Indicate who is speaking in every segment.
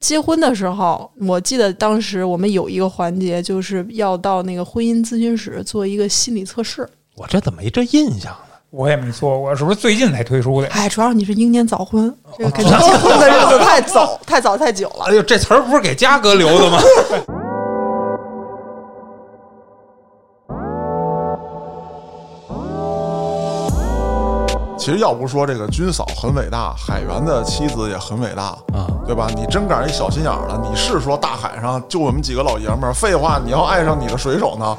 Speaker 1: 结婚的时候，我记得当时我们有一个环节，就是要到那个婚姻咨询室做一个心理测试。
Speaker 2: 我这怎么没这印象呢？
Speaker 3: 我也没做过，是不是最近才推出的？
Speaker 1: 哎，主要是你是英年早婚，这个跟结婚的日子 太早、太早、太久了。
Speaker 2: 哎呦，这词儿不是给嘉哥留的吗？
Speaker 4: 其实要不说这个军嫂很伟大，海员的妻子也很伟大，
Speaker 2: 啊，
Speaker 4: 对吧？你真赶上一小心眼儿了，你是说大海上就我们几个老爷们儿？废话，你要爱上你的水手呢？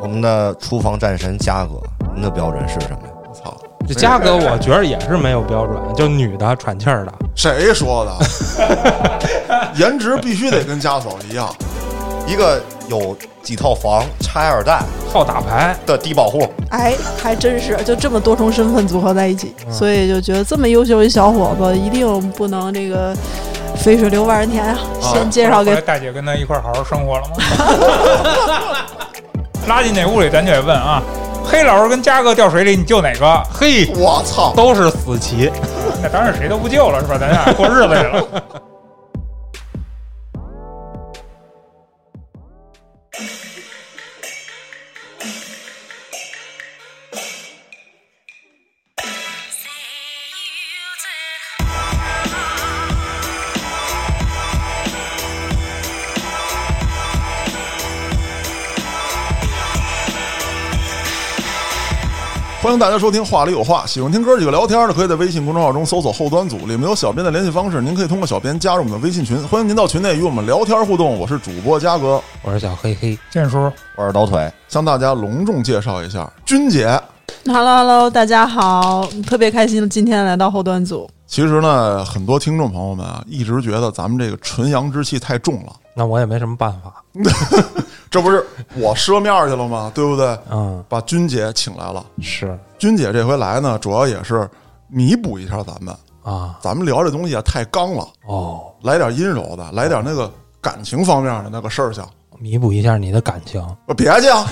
Speaker 5: 我们的厨房战神嘉哥，您的标准是什么呀？
Speaker 4: 我操，
Speaker 2: 这嘉哥我觉得也是没有标准，就女的喘气儿的。
Speaker 4: 谁说的？颜值必须得跟家嫂一样。
Speaker 5: 一个有几套房、拆二代
Speaker 3: 好打牌，
Speaker 5: 的低保户，
Speaker 1: 哎，还真是，就这么多重身份组合在一起，所以就觉得这么优秀一小伙子，一定不能这个肥水流外人田啊！先介绍
Speaker 3: 后来
Speaker 1: 给
Speaker 3: 大姐跟他一块儿好好生活了吗？ 拉进哪屋里，咱就得问啊。黑老师跟嘉哥掉水里，你救哪个？
Speaker 2: 嘿，
Speaker 4: 我操，
Speaker 2: 都是死棋。
Speaker 3: 那当然谁都不救了，是吧？咱俩过日子去了。
Speaker 4: 欢迎大家收听《话里有话》，喜欢听哥几个聊天的，可以在微信公众号中搜索“后端组”，里面有小编的联系方式，您可以通过小编加入我们的微信群。欢迎您到群内与我们聊天互动，我是主播嘉哥，
Speaker 2: 我说小黑黑，
Speaker 3: 建叔，
Speaker 5: 我是抖腿。
Speaker 4: 向大家隆重介绍一下君姐。
Speaker 1: Hello Hello，大家好，特别开心今天来到后端组。
Speaker 4: 其实呢，很多听众朋友们啊，一直觉得咱们这个纯阳之气太重了，
Speaker 2: 那我也没什么办法。
Speaker 4: 这不是我赊面儿去了吗？对不对？
Speaker 2: 嗯，
Speaker 4: 把君姐请来了。
Speaker 2: 是
Speaker 4: 君姐这回来呢，主要也是弥补一下咱们，
Speaker 2: 啊，
Speaker 4: 咱们聊这东西啊太刚了，
Speaker 2: 哦，
Speaker 4: 来点阴柔的，来点那个感情方面的那个事儿去。
Speaker 2: 弥补一下你的感情。
Speaker 4: 我别去啊！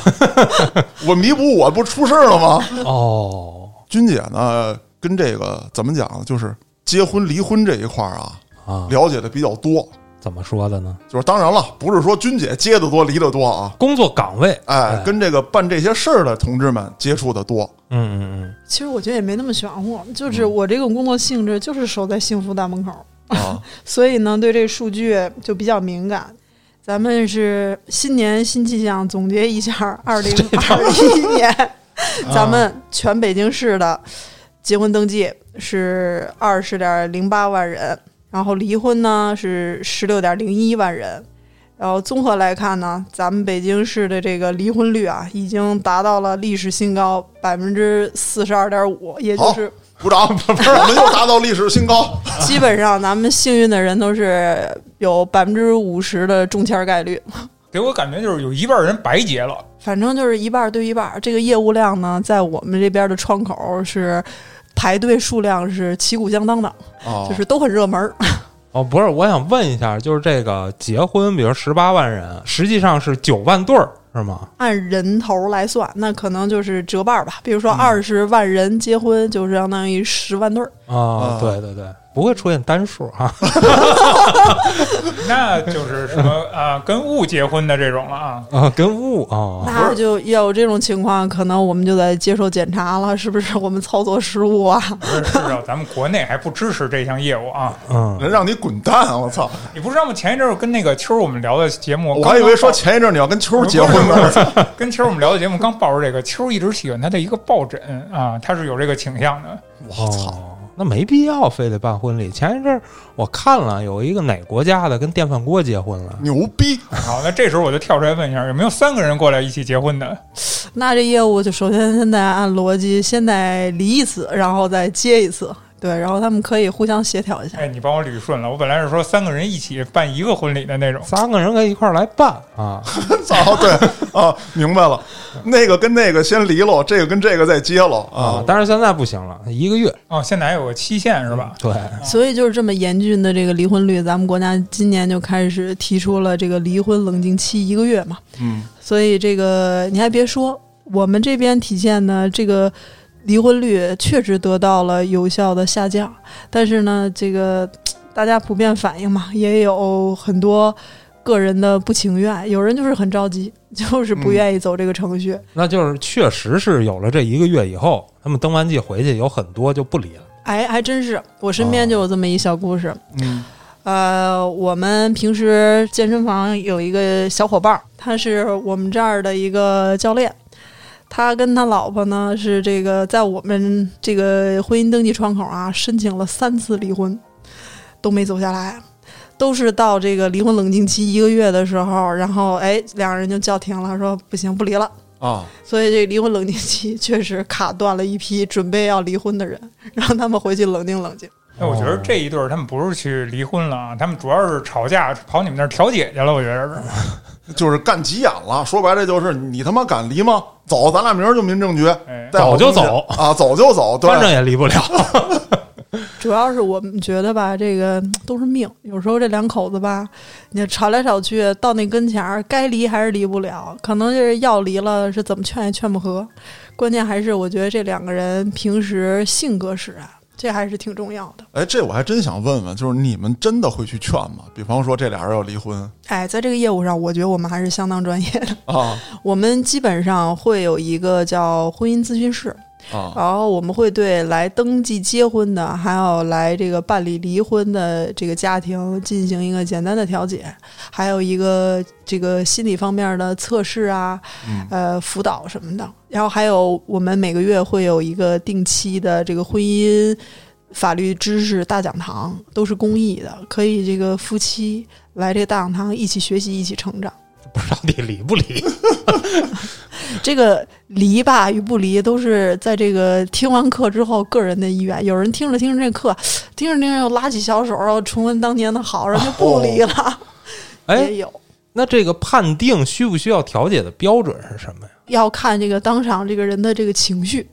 Speaker 4: 我弥补我不出事儿了吗？
Speaker 2: 哦，
Speaker 4: 君姐呢，跟这个怎么讲呢？就是结婚离婚这一块儿啊，
Speaker 2: 啊，
Speaker 4: 了解的比较多。
Speaker 2: 怎么说的呢？
Speaker 4: 就是当然了，不是说君姐结的多离的多啊，
Speaker 2: 工作岗位，
Speaker 4: 哎，跟这个办这些事儿的同志们接触的多。
Speaker 2: 嗯嗯嗯，
Speaker 1: 其实我觉得也没那么玄乎，就是我这种工作性质就是守在幸福大门口
Speaker 4: 啊，
Speaker 1: 所以呢，对这数据就比较敏感。咱们是新年新气象，总结一下二零二一年，咱们全北京市的结婚登记是二十点零八万人，然后离婚呢是十六点零一万人。然后综合来看呢，咱们北京市的这个离婚率啊，已经达到了历史新高百分之四十二点五，也就
Speaker 4: 好
Speaker 1: 是
Speaker 4: 鼓 掌！我们又达到历史新高。
Speaker 1: 基本上咱们幸运的人都是有百分之五十的中签概率，
Speaker 3: 给我感觉就是有一半人白结了，
Speaker 1: 反正就是一半儿对一半儿。这个业务量呢，在我们这边的窗口是排队数量是旗鼓相当的，
Speaker 4: 啊，
Speaker 1: 就是都很热门儿。
Speaker 2: 哦，不是，我想问一下，就是这个结婚，比如十八万人，实际上是九万对儿，是吗？
Speaker 1: 按人头来算，那可能就是折半儿吧。比如说二十万人结婚，就是相当于十万对儿。
Speaker 2: 啊、对对对，不会出现单数哈、
Speaker 3: 那就是什么 啊，跟雾结婚的这种了啊。
Speaker 2: 啊，跟物啊，
Speaker 1: 那就有这种情况，可能我们就得接受检查了，是不是我们操作失误啊？
Speaker 3: 不是，是啊，咱们国内还不支持这项业务啊。
Speaker 2: 嗯，
Speaker 4: 人让你滚蛋啊！我操！
Speaker 3: 你不知道吗？前一阵儿跟那个秋儿我们聊的节目，
Speaker 4: 我
Speaker 3: 刚
Speaker 4: 还以为说
Speaker 3: 刚
Speaker 4: 前一阵你要跟秋儿结婚呢。我操
Speaker 3: 报跟秋儿我们聊的节目刚爆出这个，秋儿一直喜欢他的一个抱枕啊，他是有这个倾向的。
Speaker 4: 我操！
Speaker 2: 哦，那没必要非得办婚礼。前一阵儿我看了有一个哪国家的跟电饭锅结婚了，
Speaker 4: 牛逼！
Speaker 3: 好，那这时候我就跳出来问一下，有没有三个人过来一起结婚的？
Speaker 1: 那这业务就首先现在按逻辑，先得离一次，然后再接一次，对，然后他们可以互相协调一下。
Speaker 3: 哎，你帮我捋顺了，我本来是说三个人一起办一个婚礼的那种。
Speaker 2: 三个人可以一块儿来办啊。
Speaker 4: 操！对啊，明白了。那个跟那个先离了，这个跟这个再接了
Speaker 2: 啊
Speaker 4: 啊！。
Speaker 2: 但是现在不行了，一个月啊
Speaker 3: 哦，现在还有个期限是吧？
Speaker 2: 对，
Speaker 4: 哦
Speaker 1: 所以就是这么严峻的这个离婚率，咱们国家今年就开始提出了这个离婚冷静期一个月嘛。
Speaker 4: 嗯，
Speaker 1: 所以这个你还别说，我们这边体现呢，这个离婚率确实得到了有效的下降，但是呢，这个大家普遍反映嘛，也有很多个人的不情愿，有人就是很着急，就是不
Speaker 4: 嗯
Speaker 1: 愿意走这个程序。
Speaker 2: 那就是确实是有了这一个月以后，他们登完记回去有很多就不离了。
Speaker 1: 哎，还真是，我身
Speaker 4: 哦
Speaker 1: 边就有这么一小故事。
Speaker 4: 嗯，
Speaker 1: 呃，我们平时健身房有一个小伙伴儿，他是呃我们这儿的一个教练。他跟他老婆呢是这个在我们这个婚姻登记窗口啊申请了三次离婚，都没走下来，都是到这个离婚冷静期一个月的时候，然后哎两人就叫停了，说不行不离了。
Speaker 4: 啊，
Speaker 1: 所以这离婚冷静期确实卡断了一批准备要离婚的人，让他们回去冷静冷静。
Speaker 3: 那我觉得这一对儿他们不是去离婚了啊，他们主要是吵架，跑你们那儿调解去了。我觉得是，
Speaker 4: 就是干急眼了。说白了就是你他妈敢离吗？走，咱俩明儿就民政局，
Speaker 3: 哎，
Speaker 4: 带好东西
Speaker 2: 走就走
Speaker 4: 啊，走就走，对
Speaker 2: 反正也离不了。
Speaker 1: 主要是我们觉得吧，这个嗯都是命。有时候这两口子吧，你吵来吵去，到那跟前儿，该离还是离不了，可能就是要离了，是怎么劝也劝不和。关键还是我觉得这两个人平时性格使然、这还是挺重要的。
Speaker 4: 哎，这我还真想问问，就是你们真的会去劝吗？比方说这俩人要离婚
Speaker 1: 哎，在这个业务上，我觉得我们还是相当专业的。
Speaker 4: 啊
Speaker 1: 我们基本上会有一个叫婚姻咨询室，
Speaker 4: 啊，
Speaker 1: 然后我们会对来登记结婚的，还有来这个办理离婚的这个家庭进行一个简单的调解，还有一个这个心理方面的测试啊，
Speaker 4: 嗯
Speaker 1: 呃，辅导什么的。然后还有我们每个月会有一个定期的这个婚姻法律知识大讲堂，都是公益的，可以这个夫妻来这个大讲堂一起学习，一起成长。
Speaker 2: 不知道你离不离？
Speaker 1: 这个离吧与不离，都是在这个听完课之后个人的意愿。有人听着听着这课，听着听着又拉起小手，然后重温当年的好，然后就不离了。
Speaker 2: 哎
Speaker 1: 也，有
Speaker 2: 那这个判定需不需要调解的标准是什么呀？
Speaker 1: 要看这个当场这个人的这个情绪，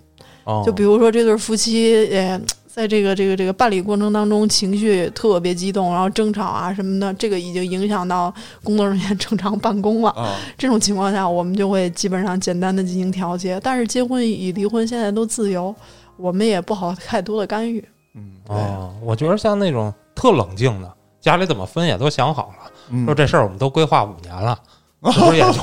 Speaker 2: 哦，
Speaker 1: 就比如说这对夫妻，呃，在这个这个这个办理过程当中，情绪特别激动，然后争吵啊什么的，这个已经影响到工作人员正常办公了。
Speaker 4: 啊，
Speaker 1: 这种情况下，我们就会基本上简单的进行调节。但是结婚与离婚现在都自由，我们也不好太多的干预。
Speaker 4: 嗯
Speaker 2: 哦，我觉得像那种特冷静的，家里怎么分也都想好了，说
Speaker 4: 嗯，
Speaker 2: 这事儿我们都规划五年 了，是不是也就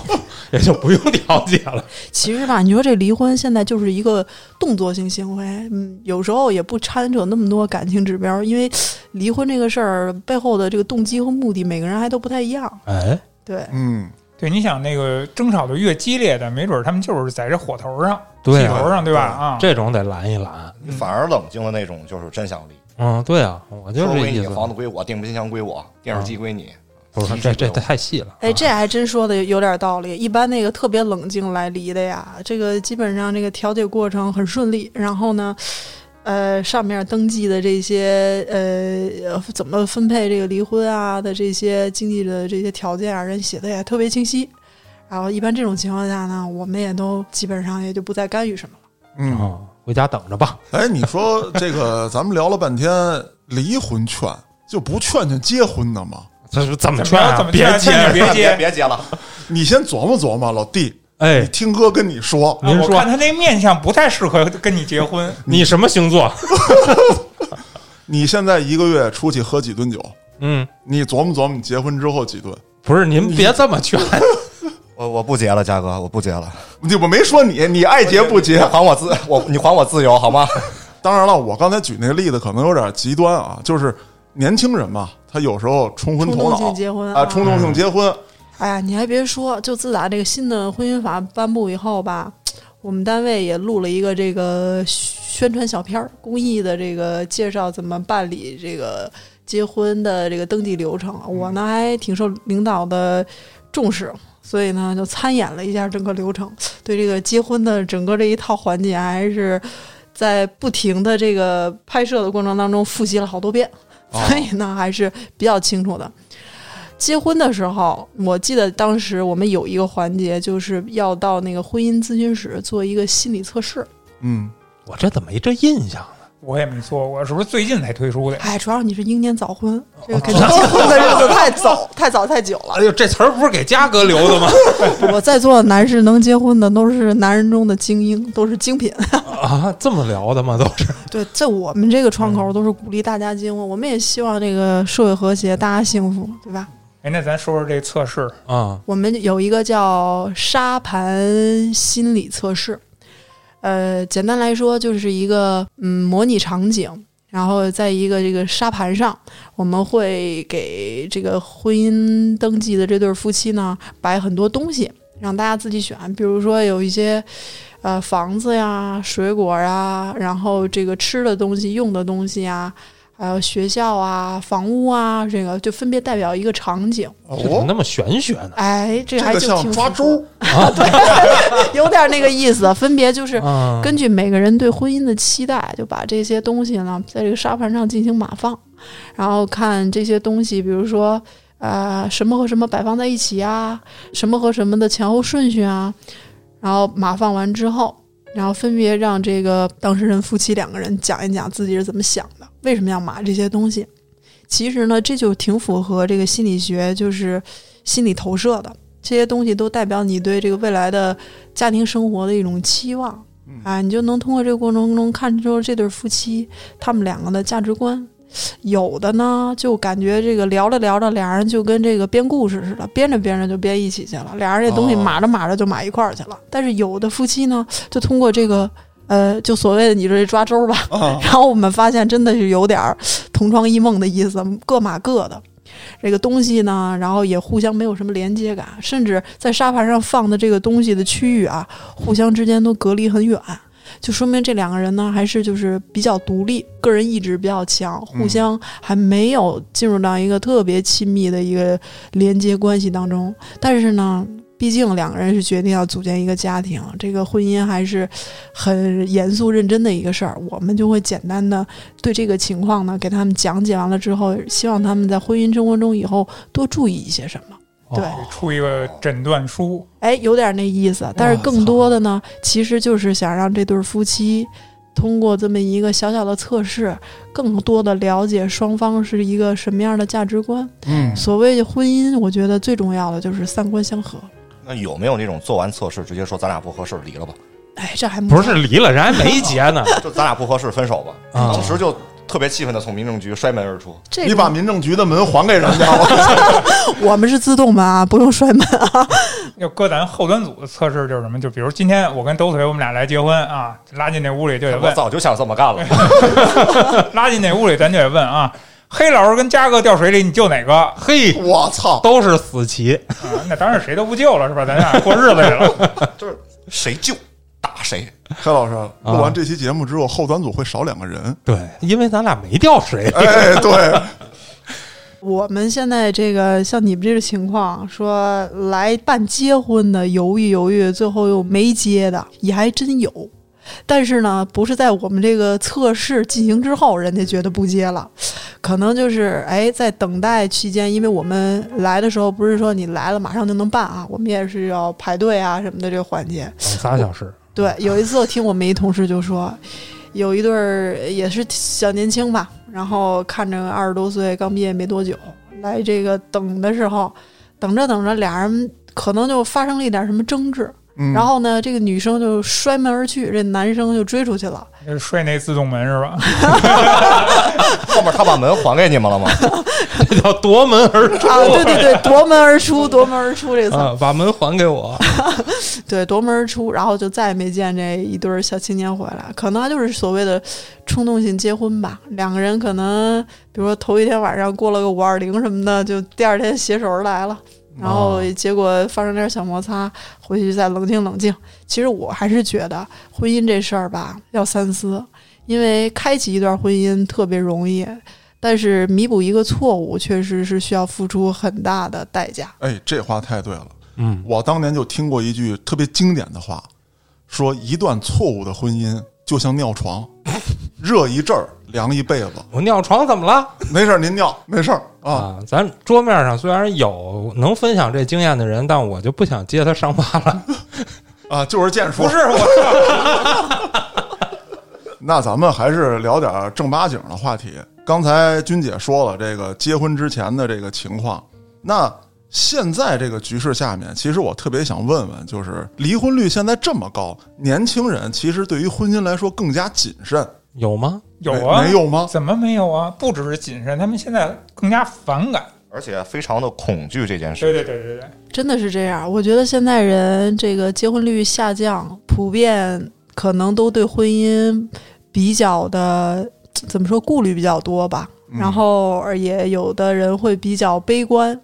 Speaker 2: 也就不用调解了？
Speaker 1: 其实吧，你说这离婚现在就是一个动作性行为，嗯，有时候也不掺扯那么多感情指标，因为离婚这个事儿背后的这个动机和目的，每个人还都不太一样。
Speaker 2: 哎，
Speaker 1: 对，
Speaker 4: 嗯，
Speaker 3: 对，你想那个争吵的越激烈的，没准儿他们就是在这火头上、
Speaker 2: 对
Speaker 3: 气
Speaker 2: 啊，
Speaker 3: 头上，对吧？啊，
Speaker 2: 这种得拦一拦。
Speaker 5: 反而冷静的那种就是真想离，
Speaker 2: 嗯，对啊，我就
Speaker 5: 车
Speaker 2: 是这
Speaker 5: 归
Speaker 2: 意
Speaker 5: 你，
Speaker 2: 思。
Speaker 5: 房子归我，电冰箱归我，电视机归你。啊
Speaker 2: 不是，这这太细了。
Speaker 1: 哎，这还真说的有点道理。一般那个特别冷静来离的呀，这个基本上这个调解过程很顺利。然后呢，呃，上面登记的这些呃呃怎么分配这个离婚啊的这些经济的这些条件啊，人写的也特别清晰。然后一般这种情况下呢，我们也都基本上也就不再干预什么了。
Speaker 2: 啊、
Speaker 4: 嗯，
Speaker 2: 嗯，回家等着吧。
Speaker 4: 哎，你说 这个，咱们聊了半天离婚劝，就不劝劝结婚的吗？
Speaker 2: 这是怎么
Speaker 3: 怎
Speaker 2: 劝
Speaker 3: 么着
Speaker 2: 啊？
Speaker 3: 怎么
Speaker 2: 别
Speaker 3: 劝
Speaker 2: 接
Speaker 3: 劝啊你
Speaker 2: 着。
Speaker 3: 别
Speaker 5: 别
Speaker 3: 接。
Speaker 5: 别结了，
Speaker 4: 你先琢磨琢磨，老弟，你
Speaker 2: 哎，
Speaker 4: 听哥跟你说，
Speaker 3: 啊
Speaker 2: 您
Speaker 3: 我
Speaker 2: 说
Speaker 3: 看他那面相不太适合跟你结婚，
Speaker 2: 你什么星座？
Speaker 4: 你现在一个月出去喝几顿酒，
Speaker 2: 嗯，
Speaker 4: 你琢磨琢磨，你结婚之后几顿？
Speaker 2: 不是，您别这么劝。
Speaker 5: 我我不结了，嘉哥，我不结了，
Speaker 4: 你我没说你，你爱结不结
Speaker 2: 哎
Speaker 5: 你？还我自我，你还我自由好吗？
Speaker 4: 当然了，我刚才举那个例子可能有点极端啊，就是年轻人嘛，他有时候冲昏头
Speaker 1: 冲动
Speaker 4: 脑
Speaker 1: 性结婚
Speaker 4: 啊，
Speaker 1: 啊
Speaker 4: 冲动性结婚，
Speaker 1: 哎呀，你还别说，就自打这个新的婚姻法颁布以后吧，我们单位也录了一个这个宣传小片儿，公益的这个介绍怎么办理这个结婚的这个登记流程。我呢还挺受领导的重视，所以呢就参演了一下整个流程，对这个结婚的整个这一套环节还是。在不停的这个拍摄的过程当中，复习了好多遍，所以呢还是比较清楚的。结婚的时候，我记得当时我们有一个环节，就是要到那个婚姻咨询室做一个心理测试。
Speaker 4: 嗯，
Speaker 2: 我这怎么没这印象呢？啊
Speaker 3: 我也没做过，是不是最近才推出的？
Speaker 1: 哎，主要你是英年早婚，这个给你结婚的日子太早、 太早、太久了。
Speaker 2: 哎呦，这词儿 不是给嘉哥留的吗？
Speaker 1: 我在座的男士能结婚的都是男人中的精英，都是精品。
Speaker 2: 啊，这么聊的吗？都是啊
Speaker 1: 对，在我们这个窗口都是鼓励大家结婚，我们也希望这个社会和谐，大家幸福，对吧？
Speaker 3: 哎，那咱说说这测试，
Speaker 2: 啊，
Speaker 1: 我们有一个叫沙盘心理测试，呃，简单来说就是一个嗯模拟场景，然后在一个这个沙盘上，我们会给这个婚姻登记的这对夫妻呢摆很多东西，让大家自己选，比如说有一些。呃，房子呀，水果呀，然后这个吃的东西、用的东西呀，还有学校啊、房屋啊，这个就分别代表一个场景。
Speaker 2: 这怎么
Speaker 4: 哦，
Speaker 2: 那么玄学呢？
Speaker 1: 哎，这
Speaker 4: 这
Speaker 1: 还
Speaker 4: 个
Speaker 1: 就
Speaker 4: 像
Speaker 1: 挺
Speaker 4: 抓
Speaker 1: 复杂
Speaker 4: 周，
Speaker 1: 有点那个意思。分别就是
Speaker 4: 嗯
Speaker 2: 啊，
Speaker 1: 根据每个人对婚姻的期待，就把这些东西呢，在这个沙盘上进行码放，然后看这些东西，比如说。呃，什么和什么摆放在一起啊？什么和什么的前后顺序啊？然后码放完之后，然后分别让这个当事人夫妻两个人讲一讲自己是怎么想的，为什么要码这些东西。其实呢，这就挺符合这个心理学，就是心理投射的。这些东西都代表你对这个未来的家庭生活的一种期望
Speaker 4: 嗯
Speaker 1: 啊，你就能通过这个过程中看出这对夫妻他们两个的价值观。有的呢，就感觉这个聊着聊着，俩人就跟这个编故事似的，编着编着就编一起去了，俩人这东西
Speaker 4: 哦
Speaker 1: 码着码着就码一块儿去了。但是有的夫妻呢，就通过这个。呃，就所谓的你这抓周儿吧，
Speaker 4: 啊
Speaker 1: 然后我们发现真的是有点儿同床异梦的意思，各码各的。这个东西呢，然后也互相没有什么连接感，甚至在沙盘上放的这个东西的区域啊，互相之间都隔离很远，就说明这两个人呢还是就是比较独立，个人意志比较强，互相还没有进入到一个特别亲密的一个连接关系当中。但是呢，毕竟两个人是决定要组建一个家庭，这个婚姻还是很严肃认真的一个事儿，我们就会简单的对这个情况呢给他们讲解完了之后，希望他们在婚姻生活中以后多注意一些什么。对，
Speaker 2: 哦
Speaker 3: 出一个诊断书，
Speaker 1: 哎，有点那意思，但是更多的呢，其实就是想让这对夫妻通过这么一个小小的测试，更多的了解双方是一个什么样的价值观。
Speaker 4: 嗯，
Speaker 1: 所谓婚姻，我觉得最重要的就是三观相合。
Speaker 5: 那有没有那种做完测试直接说咱俩不合适离了吧？
Speaker 1: 哎，这还
Speaker 2: 不是离了，人还没结 呢。
Speaker 5: 就咱俩不合适分手吧？
Speaker 2: 啊
Speaker 5: 当时就特别气愤的从民政局摔门而出。
Speaker 1: 这
Speaker 4: 你
Speaker 1: 个
Speaker 4: 把民政局的门还给人 家了，
Speaker 1: 我们是自动门啊，不用摔门啊。
Speaker 3: 要搁咱后端组的测试就是什么？就比如今天我跟兜腿我们俩来结婚啊，拉进那屋里就得
Speaker 5: 我
Speaker 3: 问，
Speaker 5: 早就想这么干了。
Speaker 3: 拉进那屋里咱就得问啊， 黑老师跟嘉哥掉水里，你救哪个？ 啊，
Speaker 2: 嘿，
Speaker 4: 我操！
Speaker 2: 都是死棋，
Speaker 3: 那当然谁都不救了是吧？咱俩过日子去了。
Speaker 5: 就是谁救打谁。
Speaker 4: 黑老师，啊录完这期节目之后，后端组会少两个人。
Speaker 2: 对，因为咱俩没掉水。
Speaker 4: 哎，对，
Speaker 1: 我们现在这个像你们这个情况，说来办结婚的犹豫犹豫，最后又没结的，也还真有。但是呢，不是在我们这个测试进行之后，人家觉得不接了，可能就是哎，在等待期间，因为我们来的时候不是说你来了马上就能办啊，我们也是要排队啊什么的这个环节。
Speaker 2: 等仨小 时，
Speaker 1: 对，有一次我听我们一同事就说，有一对儿也是小年轻吧，然后看着二十多岁，刚毕业没多久，来这个等的时候，等着等着，俩人可能就发生了一点什么争执，
Speaker 4: 嗯
Speaker 1: 然后呢，这个女生就摔门而去，这男生就追出去了。
Speaker 3: 就是摔那自动门是吧？
Speaker 5: 后面他把门还给你们了吗？
Speaker 2: 这叫夺门而出
Speaker 1: 啊，对对对，夺门而出，夺门而出这次，
Speaker 2: 啊！把门还给我。
Speaker 1: 对，夺门而出，然后就再也没见这一对儿小青年回来。可能他就是所谓的冲动性结婚吧，两个人可能比如说头一天晚上过了个五二零什么的，就第二天携手而来了。然后结果发生点小摩擦，回去再冷静冷静。其实我还是觉得婚姻这事儿吧，要三思，因为开启一段婚姻特别容易，但是弥补一个错误确实是需要付出很大的代价。
Speaker 4: 哎，这话太对了。
Speaker 2: 嗯，
Speaker 4: 我当年就听过一句特别经典的话，说一段错误的婚姻就像尿床，热一阵儿，凉一辈子。
Speaker 2: 我尿床怎么了
Speaker 4: 没事儿，您尿，没事儿啊。
Speaker 2: 啊？咱桌面上虽然有能分享这经验的人，但我就不想揭他 伤疤了。
Speaker 4: 啊，就是见识。
Speaker 3: 不是我，
Speaker 4: 那咱们还是聊点正八经的话题。刚才君姐说了这个结婚之前的这个情况，那现在这个局势下面，其实我特别想问问，就是离婚率现在这么高，年轻人其实对于婚姻来说更加谨慎，
Speaker 2: 有吗？
Speaker 3: 有啊，
Speaker 4: 没没有吗？
Speaker 3: 怎么没有啊？不只是谨慎，他们现在更加反感。
Speaker 5: 而且非常的恐惧这件事。
Speaker 3: 对对对对对，
Speaker 1: 真的是这样。我觉得现在人这个结婚率下降，普遍可能都对婚姻比较的怎么说顾虑比较多吧。
Speaker 4: 嗯
Speaker 1: 然后而也有的人会比较悲观，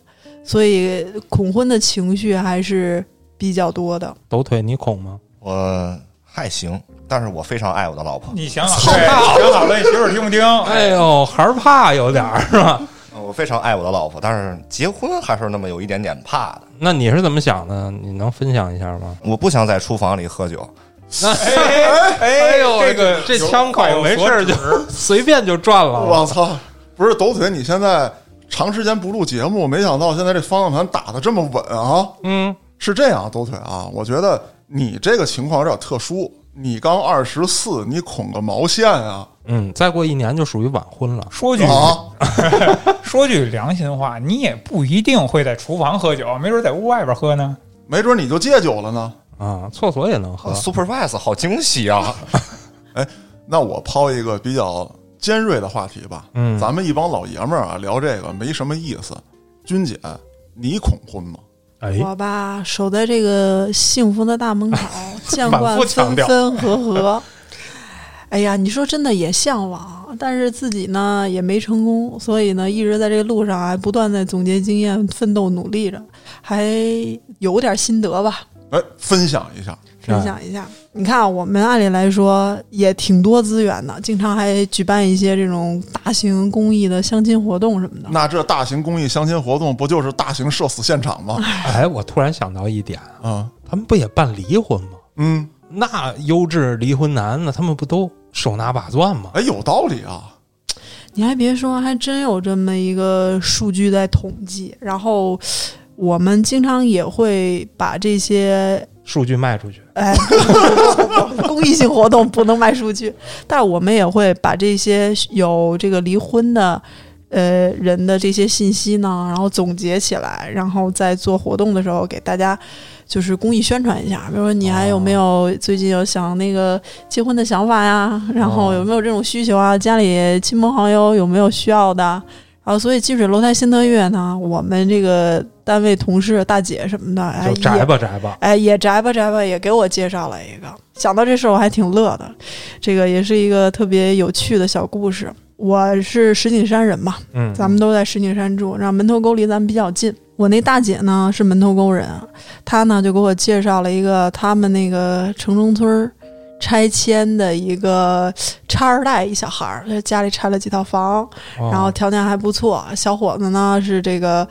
Speaker 1: 所以恐婚的情绪还是比较多的。
Speaker 2: 抖腿你恐吗？
Speaker 5: 我还行，但是我非常爱我的老婆，
Speaker 3: 你想好，对想好了，你媳妇儿听不听？
Speaker 2: 哎呦，还是怕有点儿是吧？
Speaker 5: 我非常爱我的老婆，但是结婚还是那么有一点点怕的。
Speaker 2: 那你是怎么想的？你能分享一下吗？
Speaker 5: 我不想在厨房里喝酒，
Speaker 2: 那
Speaker 3: 哎哎这个
Speaker 2: 这
Speaker 3: 有
Speaker 2: 枪口
Speaker 3: 话有
Speaker 2: 没事
Speaker 3: 所
Speaker 2: 儿
Speaker 3: 指
Speaker 2: 就随便就转了。
Speaker 4: 我操！不是抖腿，你现在长时间不录节目，没想到现在这方向盘打得这么稳啊！
Speaker 2: 嗯，
Speaker 4: 是这样，抖腿啊，我觉得你这个情况有点特殊。你刚二十四，你恐个毛线啊！
Speaker 2: 嗯，再过一年就属于晚婚了。
Speaker 3: 说句
Speaker 4: 啊，
Speaker 3: 说句良心话，你也不一定会在厨房喝酒，没准在屋外边喝呢。
Speaker 4: 没准你就戒酒了呢。
Speaker 2: 啊，厕所也能喝
Speaker 5: 啊、。supervise 好惊喜啊！
Speaker 4: 那我抛一个比较尖锐的话题吧，
Speaker 2: 嗯
Speaker 4: 咱们一帮老爷们儿啊，聊这个没什么意思。君姐，你恐婚吗？
Speaker 2: 哎，
Speaker 1: 我吧，守在这个幸福的大 门口，见
Speaker 2: 反
Speaker 1: 惯
Speaker 2: 复强
Speaker 1: 分
Speaker 2: 调
Speaker 1: 分合合。 哎呀，你说真的也向往，但是自己呢也没成功，所以呢一直在这个路上啊，不断在总结经验、奋斗努力着，还有点心得吧，
Speaker 4: 哎，分享一下。
Speaker 1: 分享一下。你看啊，我们按理来说也挺多资源的，经常还举办一些这种大型公益的相亲活动什么的。
Speaker 4: 那这大型公益相亲活动不就是大型社死现场吗？
Speaker 2: 哎，我突然想到一点，
Speaker 4: 啊，
Speaker 2: 他们不也办离婚吗？
Speaker 4: 嗯，
Speaker 2: 那优质离婚男，那他们不都手拿把攥吗？
Speaker 4: 哎，有道理啊。
Speaker 1: 你还别说，还真有这么一个数据在统计。然后我们经常也会把这些
Speaker 2: 数据卖出去，
Speaker 1: 哎 公益性活动不能卖数据，但我们也会把这些有这个离婚的呃人的这些信息呢，然后总结起来，然后在做活动的时候给大家就是公益宣传一下。比如说你还有没有最近有想那个结婚的想法呀？然后有没有这种需求啊？家里亲朋好友有没有需要的？然后所以近水楼台先得月呢，我们这个单位同事大姐什么的，哎
Speaker 2: 就，
Speaker 1: 也
Speaker 2: 宅吧宅吧。
Speaker 1: 哎，也宅吧宅吧，也给我介绍了一个。想到这事儿，我还挺乐的。这个也是一个特别有趣的小故事。我是石景山人嘛，
Speaker 2: 嗯，
Speaker 1: 咱们都在石景山住，然后门头沟离咱们比较近。我那大姐呢是门头沟人，她呢就给我介绍了一个他们那个城中村儿拆迁的一个拆二代一小孩儿，就是家里拆了几套房，
Speaker 2: 哦
Speaker 1: 然后条件还不错，小伙子呢是这个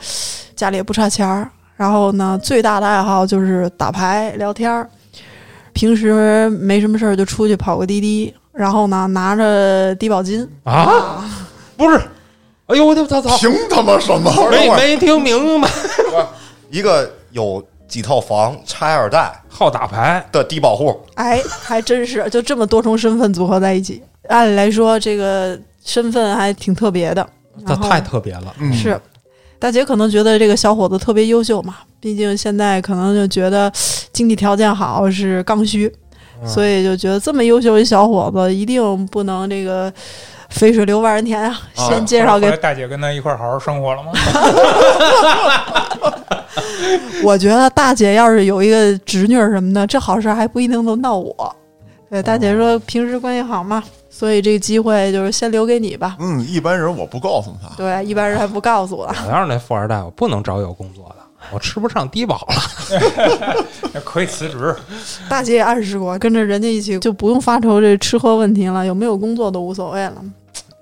Speaker 1: 家里也不差钱儿，然后呢最大的爱好就是打牌聊天儿，平时没什么事儿就出去跑个滴滴，然后呢拿着低保金
Speaker 2: 啊，不是，哎呦我的操操，
Speaker 4: 凭他妈什 么？
Speaker 2: 没没听明白，
Speaker 5: 一个有几套房拆二代
Speaker 2: 好打牌，
Speaker 5: 的低保户，
Speaker 1: 哎，还真是就这么多重身份组合在一起。按理来说，这个身份还挺特别的。
Speaker 2: 这
Speaker 1: 然后
Speaker 2: 太特别了。
Speaker 4: 嗯，
Speaker 1: 是，大姐可能觉得这个小伙子特别优秀嘛，毕竟现在可能就觉得经济条件好是刚需，所以就觉得这么优秀一小伙子一定不能这个肥水流外人田啊，
Speaker 4: 啊
Speaker 1: 先介绍
Speaker 3: 后
Speaker 1: 给
Speaker 3: 来大姐跟他一块儿好好生活了 吗？
Speaker 1: 我觉得大姐要是有一个侄女儿什么的，这好事儿还不一定轮到我。对，大姐说平时关系好嘛，所以这个机会就是先留给你吧。
Speaker 4: 嗯，一般人我不告诉他。
Speaker 1: 对，一般人还不告诉我。
Speaker 2: 我要是那富二代，我不能找有工作的，我吃不上低保了。
Speaker 3: 可以辞职，
Speaker 1: 大姐也暗示过，跟着人家一起就不用发愁这吃喝问题了，有没有工作都无所谓了。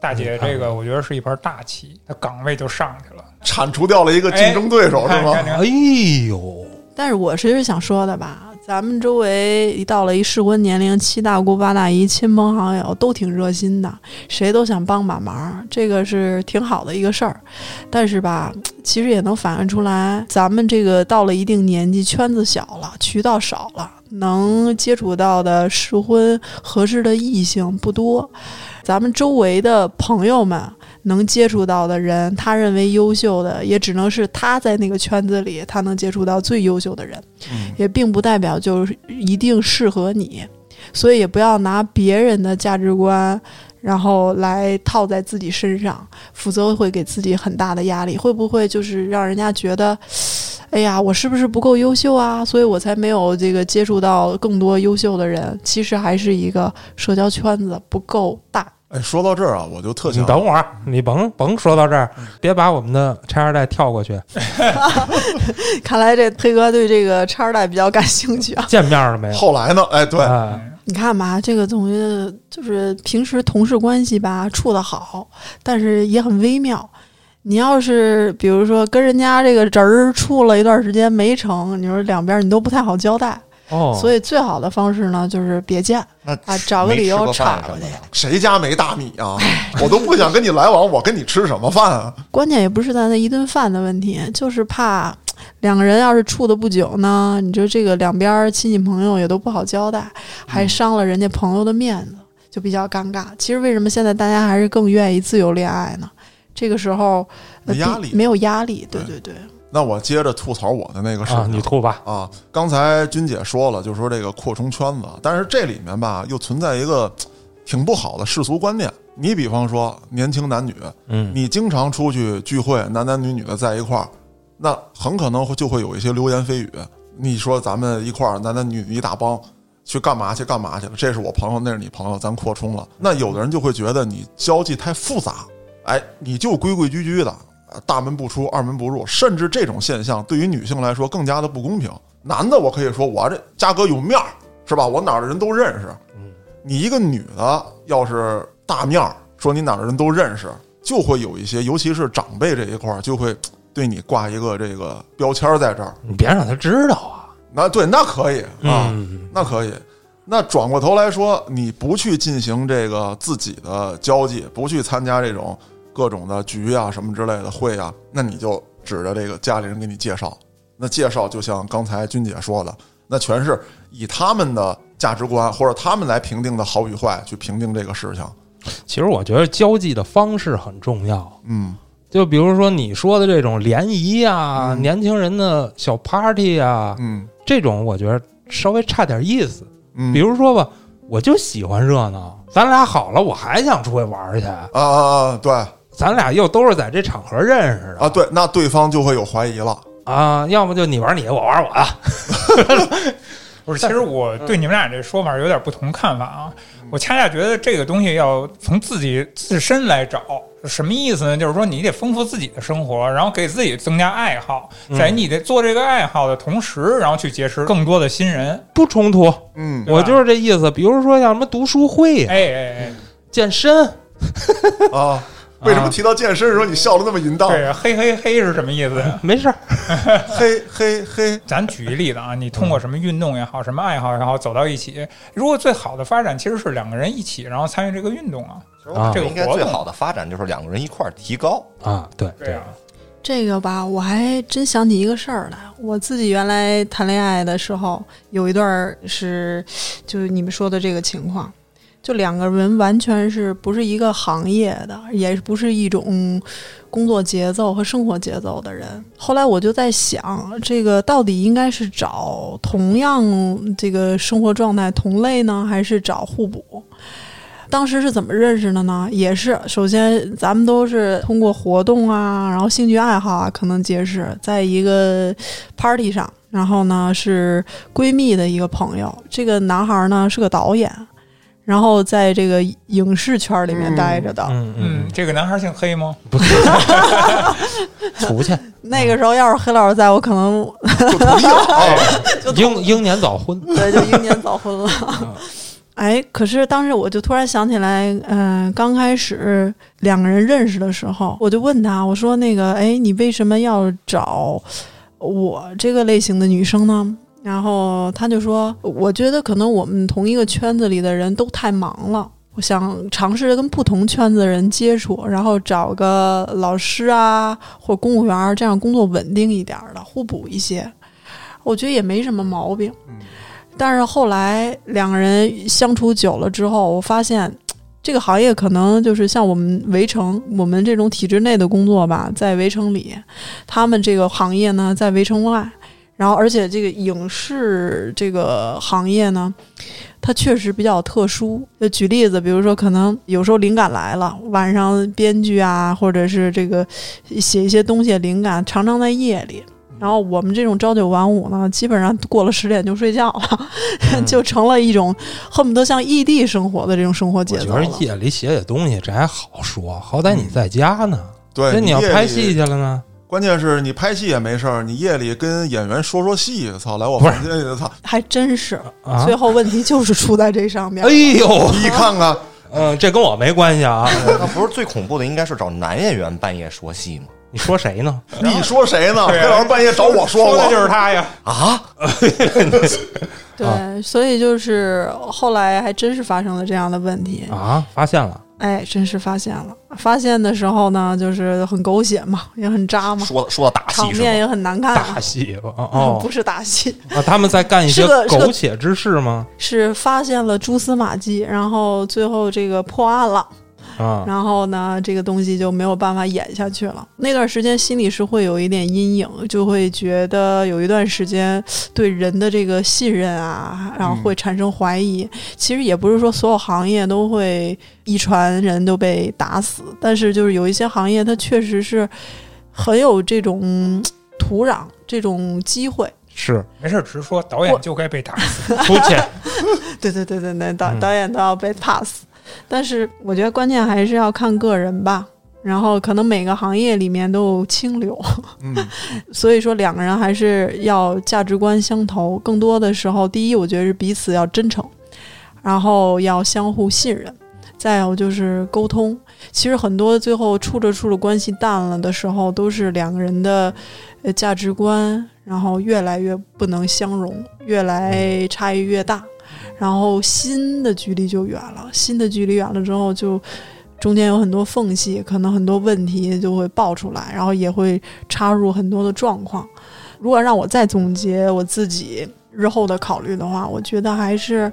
Speaker 3: 大姐这个我觉得是一盘大棋，她岗位就上去了。
Speaker 4: 铲除掉了一个竞争对手、
Speaker 3: 哎
Speaker 1: 嗯
Speaker 4: 是吗？
Speaker 3: 看看
Speaker 2: 哎呦，
Speaker 1: 但是我其实想说的吧，咱们周围一到了一适婚年龄，七大姑八大姨、亲朋好友都挺热心的，谁都想帮把忙，这个是挺好的一个事儿。但是吧，其实也能反映出来，咱们这个到了一定年纪，圈子小了，渠道少了，能接触到的适婚合适的异性不多。咱们周围的朋友们能接触到的人，他认为优秀的，也只能是他在那个圈子里，他能接触到最优秀的人。
Speaker 4: 嗯，
Speaker 1: 也并不代表就是一定适合你，所以也不要拿别人的价值观，然后来套在自己身上，否则会给自己很大的压力。会不会就是让人家觉得，哎呀，我是不是不够优秀啊？所以我才没有这个接触到更多优秀的人。其实还是一个社交圈子不够大。
Speaker 4: 哎，说到这儿啊，我就特
Speaker 2: 你
Speaker 4: 想
Speaker 2: 等会儿，你甭甭说到这儿，
Speaker 1: 嗯
Speaker 2: 别把我们的拆二代跳过去。
Speaker 1: 看来这黑哥对这个叉儿代比较感兴趣啊。
Speaker 2: 见面了没有？
Speaker 4: 后来呢？哎，对，
Speaker 2: 哎
Speaker 1: 你看吧，这个东西就是平时同事关系吧处得好，但是也很微妙。你要是比如说跟人家这个侄儿处了一段时间没成，你说两边你都不太好交代，
Speaker 2: 哦，
Speaker 1: 所以最好的方式呢就是别见
Speaker 5: 那
Speaker 1: 啊，找个
Speaker 5: 没
Speaker 1: 理
Speaker 5: 吃
Speaker 1: 由
Speaker 5: 过
Speaker 1: 岔
Speaker 5: 饭
Speaker 1: 过
Speaker 5: 什
Speaker 1: 去
Speaker 5: 么。的
Speaker 4: 谁家没大米啊？我都不想跟你来往，我跟你吃什么饭啊？
Speaker 1: 关键也不是咱那一顿饭的问题，就是怕两个人要是处的不久呢，你就这个两边儿亲戚朋友也都不好交代，
Speaker 4: 嗯
Speaker 1: 还伤了人家朋友的面子，就比较尴尬。其实为什么现在大家还是更愿意自由恋爱呢？这个时候呃
Speaker 4: 没压
Speaker 1: 比
Speaker 4: 力
Speaker 1: 没有压力，对对对，
Speaker 4: 那我接着吐槽我的那个事儿、
Speaker 2: 啊，你吐吧。
Speaker 4: 啊，刚才君姐说了，就说这个扩充圈子，但是这里面吧，又存在一个嘖挺不好的世俗观念。你比方说，年轻男女，
Speaker 2: 嗯，
Speaker 4: 你经常出去聚会，男男女女的在一块儿，那很可能会就会有一些流言蜚语。你说咱们一块儿男男女女一大帮去干嘛去干嘛去了？这是我朋友，那是你朋友，咱扩充了。那有的人就会觉得你交际太复杂，哎，你就规规矩矩的，呃大门不出二门不入，甚至这种现象对于女性来说更加的不公平。男的我可以说我这家哥有面儿是吧？我哪儿的人都认识，你一个女的要是大面儿说你哪儿的人都认识，就会有一些，尤其是长辈这一块儿，就会嘖对你挂一个这个标签儿在这儿。
Speaker 2: 你别让他知道啊。
Speaker 4: 那对，那可以啊，
Speaker 2: 嗯
Speaker 4: 那可以。那转过头来说，你不去进行这个自己的交际，不去参加这种各种的局啊、什么之类的会啊，那你就指着这个家里人给你介绍。那介绍就像刚才君姐说的，那全是以他们的价值观或者他们来评定的好与坏去评定这个事情。
Speaker 2: 其实我觉得交际的方式很重要。
Speaker 4: 嗯，
Speaker 2: 就比如说你说的这种联谊啊，
Speaker 4: 嗯
Speaker 2: 年轻人的小 party 啊，
Speaker 4: 嗯
Speaker 2: 这种我觉得稍微差点意思。
Speaker 4: 嗯，
Speaker 2: 比如说吧，我就喜欢热闹，咱俩好了，我还想出去玩儿去。
Speaker 4: 啊啊啊，对
Speaker 2: 咱俩又都是在这场合认识的
Speaker 4: 啊对，那对方就会有怀疑了。
Speaker 2: 啊，要么就你玩你的，我玩我的。
Speaker 3: 不是，其实我对你们俩这说法有点不同看法啊。我恰恰觉得这个东西要从自己自身来找，什么意思呢？就是说你得丰富自己的生活，然后给自己增加爱好，在你的做这个爱好的同时，然后去结识更多的新人。
Speaker 2: 不冲突，
Speaker 4: 嗯，
Speaker 2: 我就是这意思。比如说像什么读书会、
Speaker 3: 哎哎
Speaker 2: 健身，
Speaker 4: 啊，为什么提到健身的时候你笑的那么淫
Speaker 3: 哎，
Speaker 4: 荡？
Speaker 3: 对，嘿嘿嘿是什么意思？啊
Speaker 2: 没事儿，
Speaker 4: 嘿嘿嘿，
Speaker 3: 咱举一例子啊，你通过什么运动也好，什么爱好也好，走到一起，如果最好的发展其实是两个人一起，然后参与这个运动啊。
Speaker 5: 其实我
Speaker 3: 这
Speaker 5: 觉
Speaker 3: 个
Speaker 5: 得应该
Speaker 3: 活
Speaker 5: 最
Speaker 3: 动
Speaker 5: 好的发展就是两个人一块儿提高。
Speaker 2: 啊，对
Speaker 3: 对啊，
Speaker 1: 这个吧，我还真想起一个事儿来。我自己原来谈恋爱的时候，有一段儿是，就是你们说的这个情况，就两个人完全是不是一个行业的，也不是一种工作节奏和生活节奏的人。后来我就在想，这个到底应该是找同样这个生活状态同类呢，还是找互补？当时是怎么认识的呢？也是，首先咱们都是通过活动啊，然后兴趣爱好啊，可能结识，在一个 party 上，然后呢是闺蜜的一个朋友，这个男孩呢是个导演，然后在这个影视圈里面待着的。
Speaker 2: 嗯
Speaker 3: 嗯，，这个男孩姓黑吗？
Speaker 2: 不出去，
Speaker 1: 那个时候要是黑老师在我，可能
Speaker 4: 就同意了啊。
Speaker 2: 英英年早婚，
Speaker 1: 对，就英年早婚了。 哎，可是当时我就突然想起来，嗯、刚开始两个人认识的时候，我就问他，我说那个，哎，你为什么要找我这个类型的女生呢？然后他就说：“我觉得可能我们同一个圈子里的人都太忙了，我想尝试着跟不同圈子的人接触，然后找个老师啊或公务员儿，这样工作稳定一点儿的，互补一些。我觉得也没什么毛病。
Speaker 4: 嗯
Speaker 1: 但是后来两个人相处久了之后，我发现这个行业可能就是像我们围城，我们这种体制内的工作吧，在围城里，他们这个行业呢在围城外。然后，而且这个影视这个行业呢，它确实比较特殊。就举例子，比如说，可能有时候灵感来了，晚上编剧啊，或者是这个写一些东西，灵感常常在夜里。
Speaker 2: 嗯
Speaker 1: 然后我们这种朝九晚五呢，基本上过了十点就睡觉了， 就成了一种恨不得像异地生活的这种生活节
Speaker 2: 我觉
Speaker 1: 奏
Speaker 2: 得
Speaker 1: 了。
Speaker 2: 夜里写写东西这还好说，好歹你在家呢。
Speaker 4: 对，
Speaker 2: 那你要
Speaker 4: 夜
Speaker 2: 拍
Speaker 4: 里
Speaker 2: 戏，去了呢？
Speaker 4: 关键是你拍戏也没事儿，你夜里跟演员说说戏，操，来我
Speaker 2: 不是
Speaker 4: 房间里，操，
Speaker 1: 还真是，
Speaker 2: 啊
Speaker 1: 最，后问题就是出在这上面。
Speaker 2: 哎呦，
Speaker 4: 你 看看，
Speaker 2: 嗯，这跟我没关系啊。
Speaker 5: 那不是最恐怖的，应该是找男演员半夜说戏吗？
Speaker 2: 你说谁呢？
Speaker 4: 你说谁呢？
Speaker 3: 对啊
Speaker 4: 黑老师半夜找我说
Speaker 3: 的就
Speaker 4: 我，
Speaker 3: 是他呀。
Speaker 5: 啊，
Speaker 1: 对，所以就是后来还真是发生了这样的问题。
Speaker 2: 啊，发现了，
Speaker 1: 哎，真是发现了。发现的时候呢，就是很狗血嘛，也很渣嘛，
Speaker 5: 说说到大
Speaker 1: 嗯场
Speaker 5: 戏是
Speaker 1: 面
Speaker 5: 吗？
Speaker 1: 也很难看啊、
Speaker 2: 大戏吧？
Speaker 1: 嗯
Speaker 2: 哦
Speaker 1: 不，是打戏，
Speaker 2: 啊，他们在干一些
Speaker 1: 是个是个
Speaker 2: 苟且之事吗？
Speaker 1: 是发现了蛛丝马迹，然后最后这个破案了，
Speaker 2: 啊，
Speaker 1: 然后呢，这个东西就没有办法演下去了。那段时间心里是会有一点阴影，就会觉得有一段时间对人的这个信任啊，然后会产生怀疑。其实也不是说所有行业都会一船人都被打死，但是就是有一些行业它确实是很有这种嗯土壤、这种机会。
Speaker 2: 是
Speaker 3: 没事，直说，导演就该被打死。
Speaker 2: 出去
Speaker 1: 对对对对对，导
Speaker 2: 嗯
Speaker 1: 导演都要被 pass。但是我觉得关键还是要看个人吧，然后可能每个行业里面都有清流，
Speaker 4: 嗯，
Speaker 1: 所以说两个人还是要价值观相投。更多的时候，第一，我觉得是彼此要真诚，然后要相互信任。再有就是沟通，其实很多最后处着处着关系淡了的时候，都是两个人的呃价值观，然后越来越不能相容，越来
Speaker 4: 嗯
Speaker 1: 差异越大，然后心的距离就远了，心的距离远了之后就。中间有很多缝隙，可能很多问题就会爆出来，然后也会插入很多的状况。如果让我再总结我自己日后的考虑的话，我觉得还是，